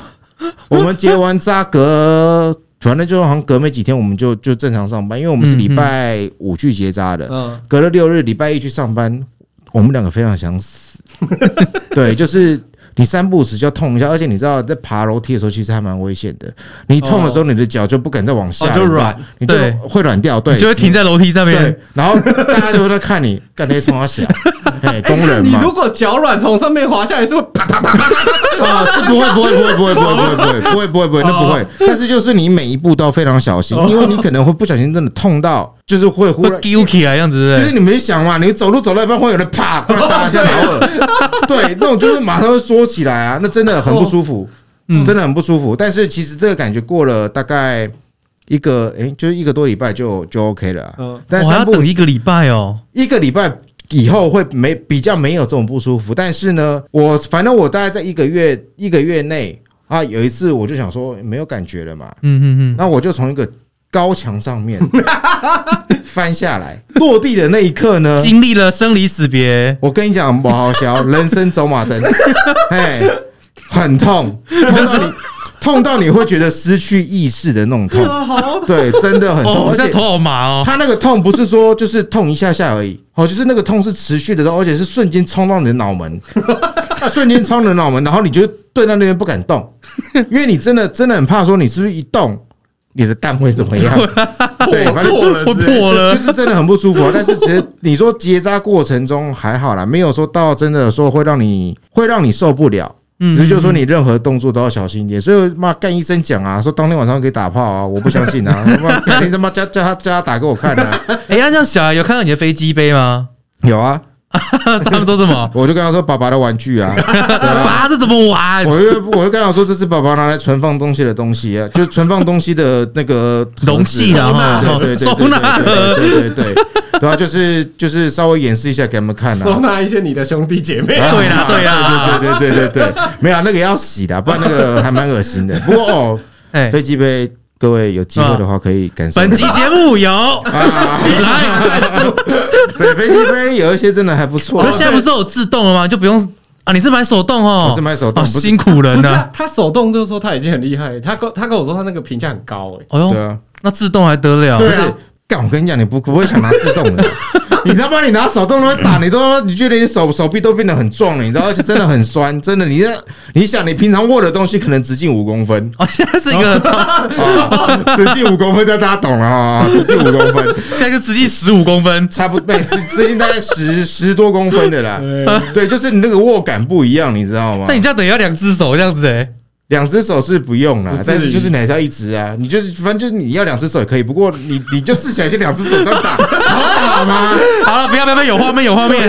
我们结完扎隔，反正就好像隔没几天，我们就就正常上班，因为我们是礼拜五去结扎的，嗯，隔了六日礼拜一去上班，我们两个非常想死。对，就是你三不五时就要痛一下，而且你知道在爬楼梯的时候其实还蛮危险的，你痛的时候你的脚就不敢再往下，哦就你知道软，你就对会软掉，对，你就会停在楼梯上对面，，然后大家就会在看你，干那些冲他小，哎，工人你嘛如，果脚软从上面滑下来，是会啪啪啪啪啪，啊，是不会，不会，不会，不会，不会，不会，不会，不会，不会，那不会。但是就是你每一步都要非常小心，因为你可能会不小心真的痛到，就是会忽然会丢起来这样子，就对是不你们想嘛，你走路走到一半会有人 啪，突然打一下脑耳，对，那种就是马上会缩起来啊，那真的很不舒服，嗯真的很不舒服。但是其实这个感觉过了大概一个，诶，就是一个多礼拜就就 OK 了啊、嗯但对，是我还三要步等一个礼拜哦，一个礼拜以后会没比较没有这种不舒服，但是呢，我反正我大概在一个月一个月内啊，有一次我就想说没有感觉了嘛，嗯嗯那我就从一个高墙 上面翻下来，落地的那一刻呢嗯，，经历了生离死别，我跟你讲，不好笑，人生走马灯，哎，很痛，痛到你痛到你会觉得失去意识的那种痛，啊，好，对，真的很哦，痛，我而现且在头好麻哦，他那个痛不是说就是痛一下下而已，哦，就是那个痛是持续的痛，而且是瞬间冲到你的脑门，瞬间冲你的脑门，然后你就蹲在那边不敢动，因为你真的真的很怕说你是不是一动你的蛋会怎么样？对，反正破了会破了就，是真的很不舒服、啊。但是其实你说结扎过程中还好啦，没有说到真的说会让你会让你受不了。嗯只是就说你任何动作都要小心一点，所以妈干医生讲啊，说当天晚上可以打炮啊，我不相信啊，他妈干你他妈叫叫他叫他打给我看啊，哎，那这样小孩有看到你的飞机杯吗？ 有啊，他们说什么？我就跟他说爸爸的玩具啊，爸，这怎么玩？我就我就跟他说这是爸爸拿来存放东西的东西啊，就是存放东西的那个盒子容器啊，哈，对对对收对纳对盒，对对对对，对啊，就是就是稍微演示一下给他们看啊，收纳一些你的兄弟姐妹， 对 啦对啦对对对对对对，没有啊那个要洗的，不然那个还蛮恶 心的。不过哦，哎，飞机杯，各位有机会的话可以感受本一期下。节目有啊，哎来，对飞机杯有一些真的还不错啊那，现在不是都有自动了吗？就不用啊，你是买手动哦，我是买手动哦不是辛苦人不是呐啊。他手动就说他已经很厉害，他跟他跟我说他那个评价很高哎，哎对呦，啊，那自动还得了？不对是啊，干我跟你讲，你不不会想拿自动 的。你他妈你拿手动的打，你都你觉得你手手臂都变得很壮了，你知道，而且真的很酸，真的。你这你想，你平常握的东西可能直径五公分，哦，现在是一 个超， 啊，直径五公分，这大家懂了啊，直径五公分，现在就直径十五公分，差不哎多，每次最近大概十十多公分的啦。 对，就是你那个握感不一样，你知道吗那？你这样等于要两只手这样子哎。两只手是不用啦不，至于但是就是你还是要一直啊，你就是反正就是你要两只手也可以，不过你你就试起来先两只手这样 哎打，好打吗？好了，不要不要不要，有画面有画面，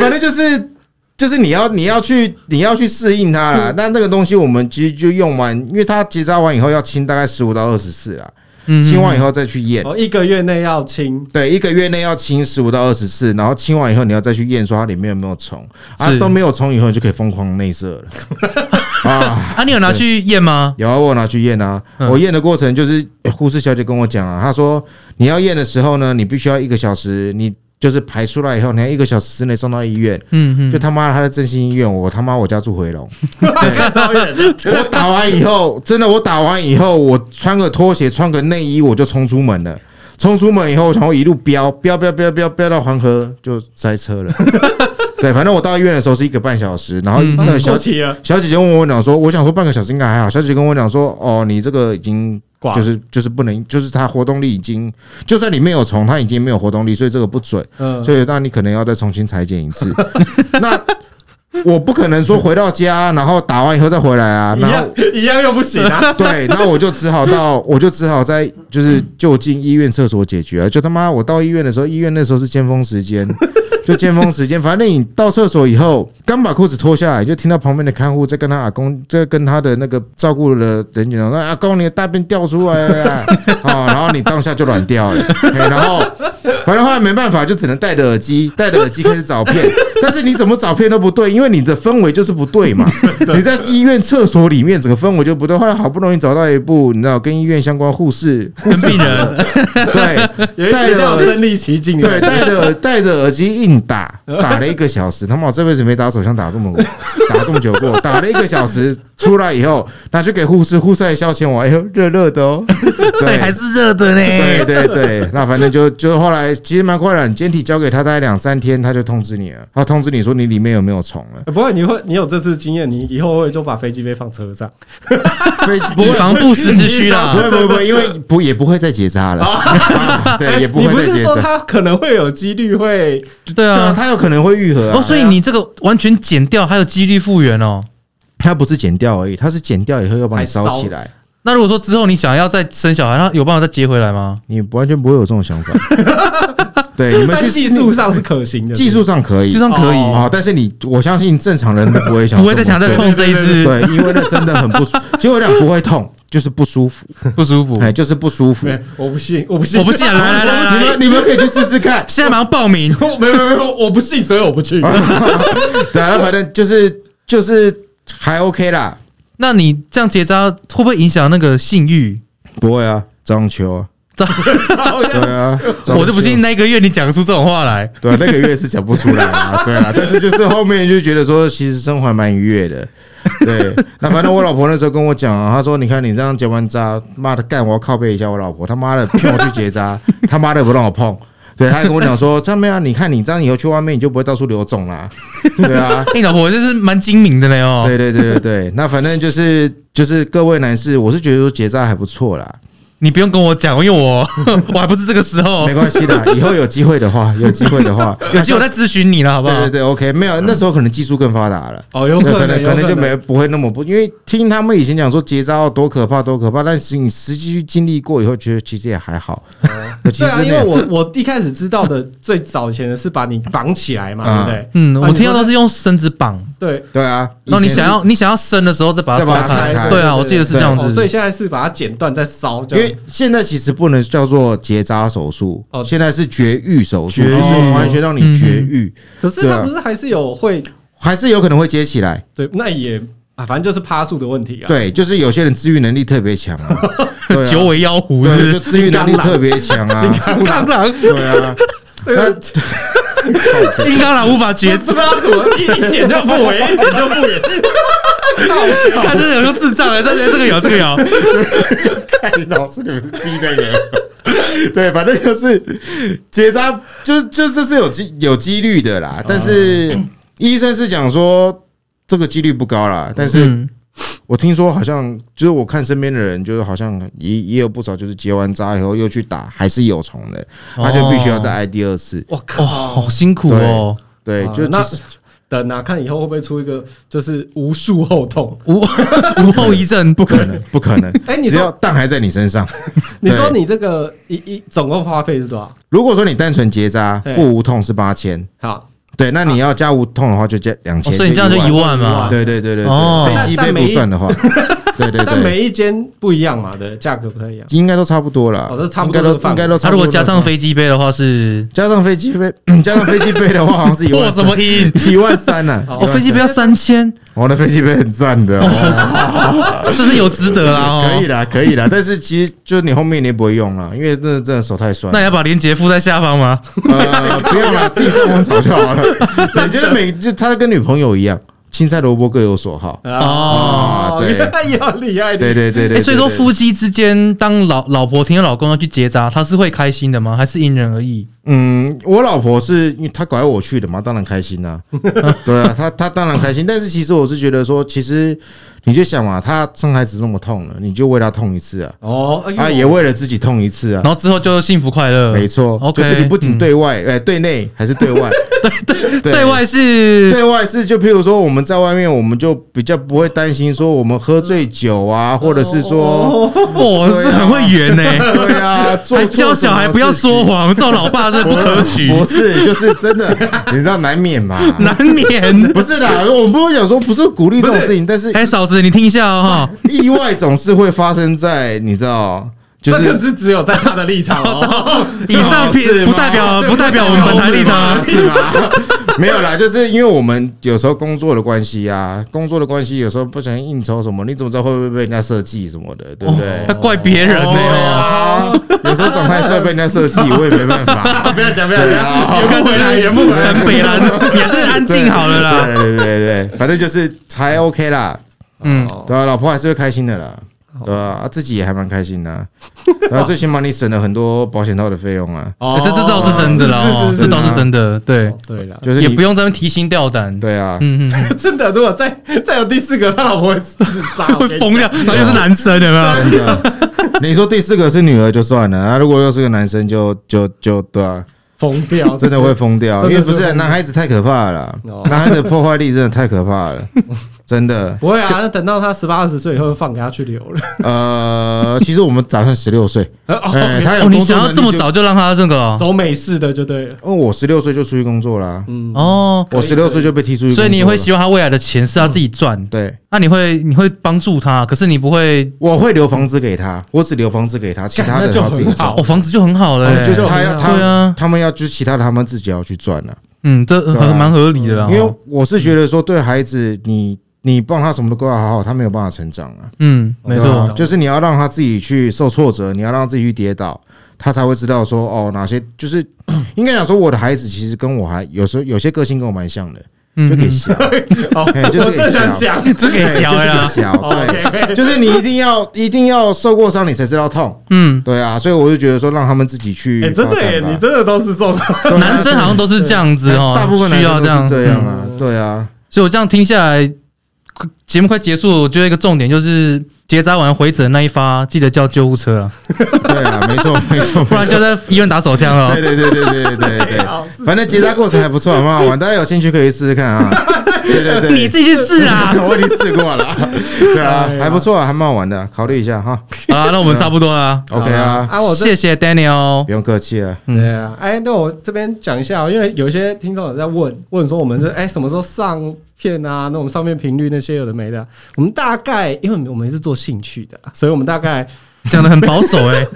反正就是。就是你要你要去你要去适应它嗯啦。那那个东西我们其实就用完，因为它结扎完以后要清大概十五到二十次啦，嗯清完以后再去验。哦，一个月内要清，对，一个月内要清十五到二十次，然后清完以后你要再去验，说它里面有没有虫啊是，都没有虫以后你就可以疯狂内射了 啊。啊，你有拿去验吗？有啊，我有拿去验啊。嗯我验的过程就是欸护士小姐跟我讲啊，她说你要验的时候呢，你必须要一个小时，你就是排出来以后，你要一个小时之内送到医院。嗯就他妈的他在振兴医院，我他妈我家住回龙。 超远的， 我打完以后，真的我打完以后，我穿个拖鞋，穿个内衣，我就冲出门了。冲出门以后，然后一路飙飙飙飙飙飙到黄河就塞车了。 对，反正我到医院的时候是一个半小时，然后那个嗯小过期了，小姐姐问我讲说，我想说半个小时应该还好。小姐姐跟我讲说，哦，你这个已经挂了就是就是不能，就是它活动力已经，就算里面有虫，它已经没有活动力，所以这个不准。嗯，所以那你可能要再重新裁剪一次。 那我不可能说回到家，然后打完以后再回来 啊。一然后样一样又不行啊，对，那我就只好到，我就只好在就是就近医院厕所解决啊。就他妈我到医院的时候，医院那时候是尖峰时间， 就尖峰时间。反正你到厕所以后，刚把裤子脱下来，就听到旁边的看护在跟他阿公，在跟他的那个照顾的人讲说：“阿公，你的大便掉出来了啊！”哦，然后你当下就软掉了，嘿然后反正后来没办法，就只能戴着耳机，戴着耳机开始找片。但是你怎么找片都不对，因为你的氛围就是不对嘛。你在医院厕所里面，整个氛围就不对。后来好不容易找到一部，你知道跟医院相关护士哼，跟病人， 对有一比较有身临其境对的，戴着戴着耳机硬打，打了一个小时。他妈，我这辈子没打手枪打这么打这么久过，打了一个小时出来以后，拿去给护士，护士还消遣我，哎呦热热的哦，对，对，还是热的呢。 对对对，那反正就就后来其实蛮快的，你简体交给他大概两三天，他就通知你了，他通知你说你里面有没有虫了，不过你会，你有这次经验，你以后会就把飞机杯放车上，所以以防不时之需不啦。会不会不会，因为不也不会再结扎了，啊 对，也不哎你会不再是结说扎。它可能会有几率会对对啊，啊，它有可能会愈合啊哦，，所以你这个完全剪掉，还有几率复原哦。它不是剪掉而已，它是剪掉以后要把你烧起来，那如果说之后你想要再生小孩，那有办法再接回来吗？你完全不会有这种想法。对，哎你们但去技术上是可行的，技术上可以就，算可以，哦哦，但是你我相信正常人都不会想不会再这么想再做碰这一次，对，因为那真的很不舒，其实我讲不会痛，就是不舒服，不舒服。哎，就是不舒服没。有，我不信，我不信，我不信啊，来来来你来来，。们你们可以去试试看现在马上报名。我没有没有没有，我不信，所以我不 啊去。 对啊，反正就是就是还 OK 啦，那你这样结扎会不会影响那个性欲？不会啊，张球啊，这对 啊，张我就不信秋。那一个月你讲出这种话来。对啊、那个月是讲不出来啊，对啊，但是就是后面就觉得说，其实生活还蛮愉悦的。对，那反正我老婆那时候跟我讲啊，她说：“你看你这样结完扎，妈的干，我要靠背一下我老婆，他妈的骗我去结扎， 他妈的不让我碰。”对，她还跟我讲说：“张妹啊，你看你这样以后去外面你就不会到处流肿啦。”对啊，你哎老婆真是蛮精明的嘞哦。对对对对对，那反正就是就是各位男士，我是觉得说结扎还不错啦，你不用跟我讲，因为 我我还不是这个时候没，关系 啦，以后有机会的话，有机会的话，有机会我再咨询你了， 好不对好对？对，OK，没有，那时候可能技术更发 达了。哦，有那可可能，能有可能就没不会那么不，因为听他们以前讲说结扎哦有多可怕多可怕，但是你实际去经历过以后，觉得其实也还好。哦其实对啊，那因为我我一开始知道的最早以前的是把你绑起来嘛，嗯对不对？嗯，啊我听到你说都是用绳子绑，对，对啊，然后你以前想要你想要生的时候再把它再把拉它开拆开。对啊，我记得是这样哦子。所以现在是把它剪断再烧，因这样为现在其实不能叫做结扎手术哦，现在是绝育手术，绝育嗯就是完全让你绝育，可是对它啊不是还是有会还是有可能会接起来。对，那也啊，反正就是趴数的问题啊。对，就是有些人自愈能力特别强 啊，对啊九尾妖狐是不对，是就自愈能力特别强啊，金刚 狼，哎对 啊，对，那金刚狼无法也抉不择 知，道怎么一一剪就复原，一剪就复原。看这人都智障了，这这个有这个有，看老师你们是第一个人。对，反正就是结扎，就就这是有机有几率的嗯啦。但是医生是讲说这个几率不高啦。但是嗯，我听说好像就是我看身边的人，就是好像也也有不少就是结完扎以后又去打，还是有虫的，他就必须要再挨第二次。我哇， 靠！好辛苦哦。对，啊就那其实等啊，看以后会不会出一个就是无数后痛？无无后遗症，不不 可能，不可能。哎你只说要蛋还在你身上。你说对你这个一一总共花费是多少？如果说你单纯结扎对不无痛是八千，好，对，那你要加无痛的话，就加两千，哦所以你这样就一1万。万嘛。对对对对哦对，飞机杯不 算的话，对对但对，每一间不一样嘛，对，价格不太一样。应该都差不多了哦这，差不应多该都这个范围应该都差他啊不如果多了。加上飞机杯的话是加上飞机杯， 加上飞机杯的话，好像是一破 万什么音？一万三 呢？哦，飞机杯要三千，我的飞机杯很赞哦的，这啊是有值得啦。哦可以，啦，可以啦。但是其实就你后面你也不会用啦，因为真的真的手太酸那。你要把链接附在下方吗？呃，不用啦，自己上网找就 好了。我觉得每就他跟女朋友一样，青菜萝卜各有所好。哦哦 对原来有啊厉害的，哎对对对哎，对，所以说对夫妻之间，当老老婆听到老公要去结扎，他是会开心的吗？还是因人而异？嗯，我老婆是因为她拐我去的嘛，当然开心 啦、对啊，她她当然开心，但是其实我是觉得说，其实你就想嘛，她生孩子那么痛了，你就为她痛一次啊，哦，哎呦啊也为了自己痛一次啊然。后之后就幸福快乐。没错 OK，就是你不仅嗯对外，哎、对内还是 对外，对对对外是对外是就譬如说我们在外面，我们就比较不会担心说我们喝醉酒啊，或者是哦说，哇，对啊这很会圆呢、对啊，做还错教小孩不要什说么谎，这种老爸这不可事情 取，不是，就是 真的，你知道难免嘛，难免。不是啦，我们不会讲说不是鼓励这种不是事情，但是哎、嫂子，你听一下 哦，意外总是会发生在你知道，就这是个是只有在他的立场哦，哈以上是评吗 不代表对不代表我们本台立场 啊。是吧？没有啦，就是因为我们有时候工作的关系啊，工作的关系，有时候不小心应酬什么，你怎么知道会不会被人家设计什么的，对不对？他怪别人呢、对哦，啊，有时候长太帅被人家设计，我也没办法。不要讲，不要对啊哦讲，圆不回来，圆不回来。很北兰，你还是安静好了啦。 对对对对，对反正就是还 OK 啦，嗯，哦对啊，老婆还是会开心的啦，哦对啊，啊自己也还蛮开心的啊，然后最起码你省了很多保险套的费用啊，哎哦这这倒是真的啦，哦，这倒是真的，对哦，对了，就是也你不用在那边提心吊胆。对啊， 嗯嗯 嗯，真的，如果再再有第四个，他老婆会自 杀，会疯 掉，然后又是男生，有没有？真的。你说第四个是女儿就算了，那如果又是个男生就，就就对啊，疯哦掉， 真的会疯掉，真的因为不真的是疯男孩子太可怕了啦哦，男孩子的破坏力真的太可怕 了，真的。不会啊？那等到他十八二十岁以后，放给他去留 了。呃，其实我们打算十六岁，哎，哦，他有哦，你工作想能要力这么就？早就让他这个哦走美式的就对了。因为我十六岁就出去工作啦，嗯，哦，我十六岁就被踢出去，所以你会希望他未来的钱是他自己赚，对。那你会你会帮助他，可是你不会我会留房子给他，我只留房子给他，其他干的那就他自己很赚好哦，房子就很好了、哦就是就他要很好对啊他他们要就是其他的他们自己要去赚了。嗯，这对啊很蛮合理的啦。哦因为我是觉得说，对孩子，你你帮他什么都规划好好，他没有办法成长啊。嗯，没对对吧错啊，就是你要让他自己去受挫折，你要让自己去跌倒，他才会知道说哦，哪些就是应该讲说，我的孩子其实跟我还有时候有些个性跟我蛮像的，就给嗯， 小，哦哎就是我正想讲，哦这给小哦对呀就是给，小，对， OK，就是你一定要一定要受过伤，你才知道痛。嗯，对啊，所以我就觉得说，让他们自己去哎，真发的耶，展吧。你真的都是受对啊男生好像都是这样子哦，大部分男需要生这都样是这样嗯啊，对啊，所以我这样听下来，快节目快结束了，我觉得一个重点就是结扎完回诊那一发，记得叫救护车 啊，对啊，没错 没错，不然就在医院打手枪了对哦。对对对对对对 对，反正结扎过程还不错，蛮好玩，大家有兴趣可以试试看啊。对对对，你自己去试 啊！ 我已经试过了，对啊哎，呀还不错啊，还蛮好玩的，考虑一下哈。好啦，那我们差不多啦。 OK 啊，啊，我这谢谢 Daniel 不。用客气了。嗯对啊，哎，那我这边讲一下哦，因为有一些听众有在问问说，我们是哎什么时候上片啊？那我们上片频率那些有的没的，我们大概因为我们是做兴趣的，啊所以我们大概讲的很保守 哎、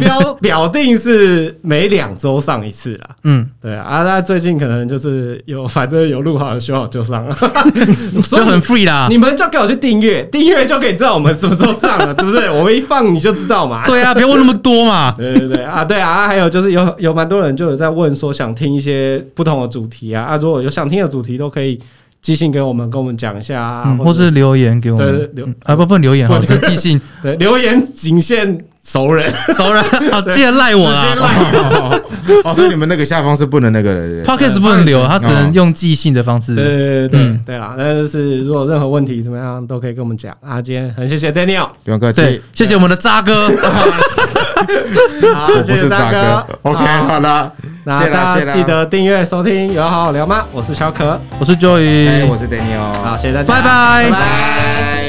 标表定是每两周上一次啦。嗯，对啊，啊那最近可能就是有， 反正有录好修好就上了， 所以就很 free 啦你。们就给我去订阅，订阅就可以知道我们什么时候上了，对 不对？我们一放你就知道嘛。对啊，别问那么多嘛。对对对 啊，对啊，啊还有就是有有蛮多人就有在问说想听一些不同的主题啊啊，如果有想听的主题都可以寄信给我们，跟我们讲一下啊，嗯，或是留言给我对们留嗯啊，不不能留言好了，这 寄信对留言仅限熟人，熟人啊，记得赖直我接啊。赖 哦，所以你们那个下方是不能那个的， 对不对 Podcast 不能留，他只能用寄信的方对嗯哦对式。对对对对啦，那就是如果有任何问题怎么样都可以跟我们讲啊。今天很谢谢 Daniel，不用客对气，，谢谢我们的渣哥。好，我谢谢不是大渣哥哥。。OK，好了，那谢啦大谢家啦。记得订阅收听，有好好聊吗？我是小可， 我是哎， Joy，我是 Daniel，好，谢谢大家，拜拜拜拜。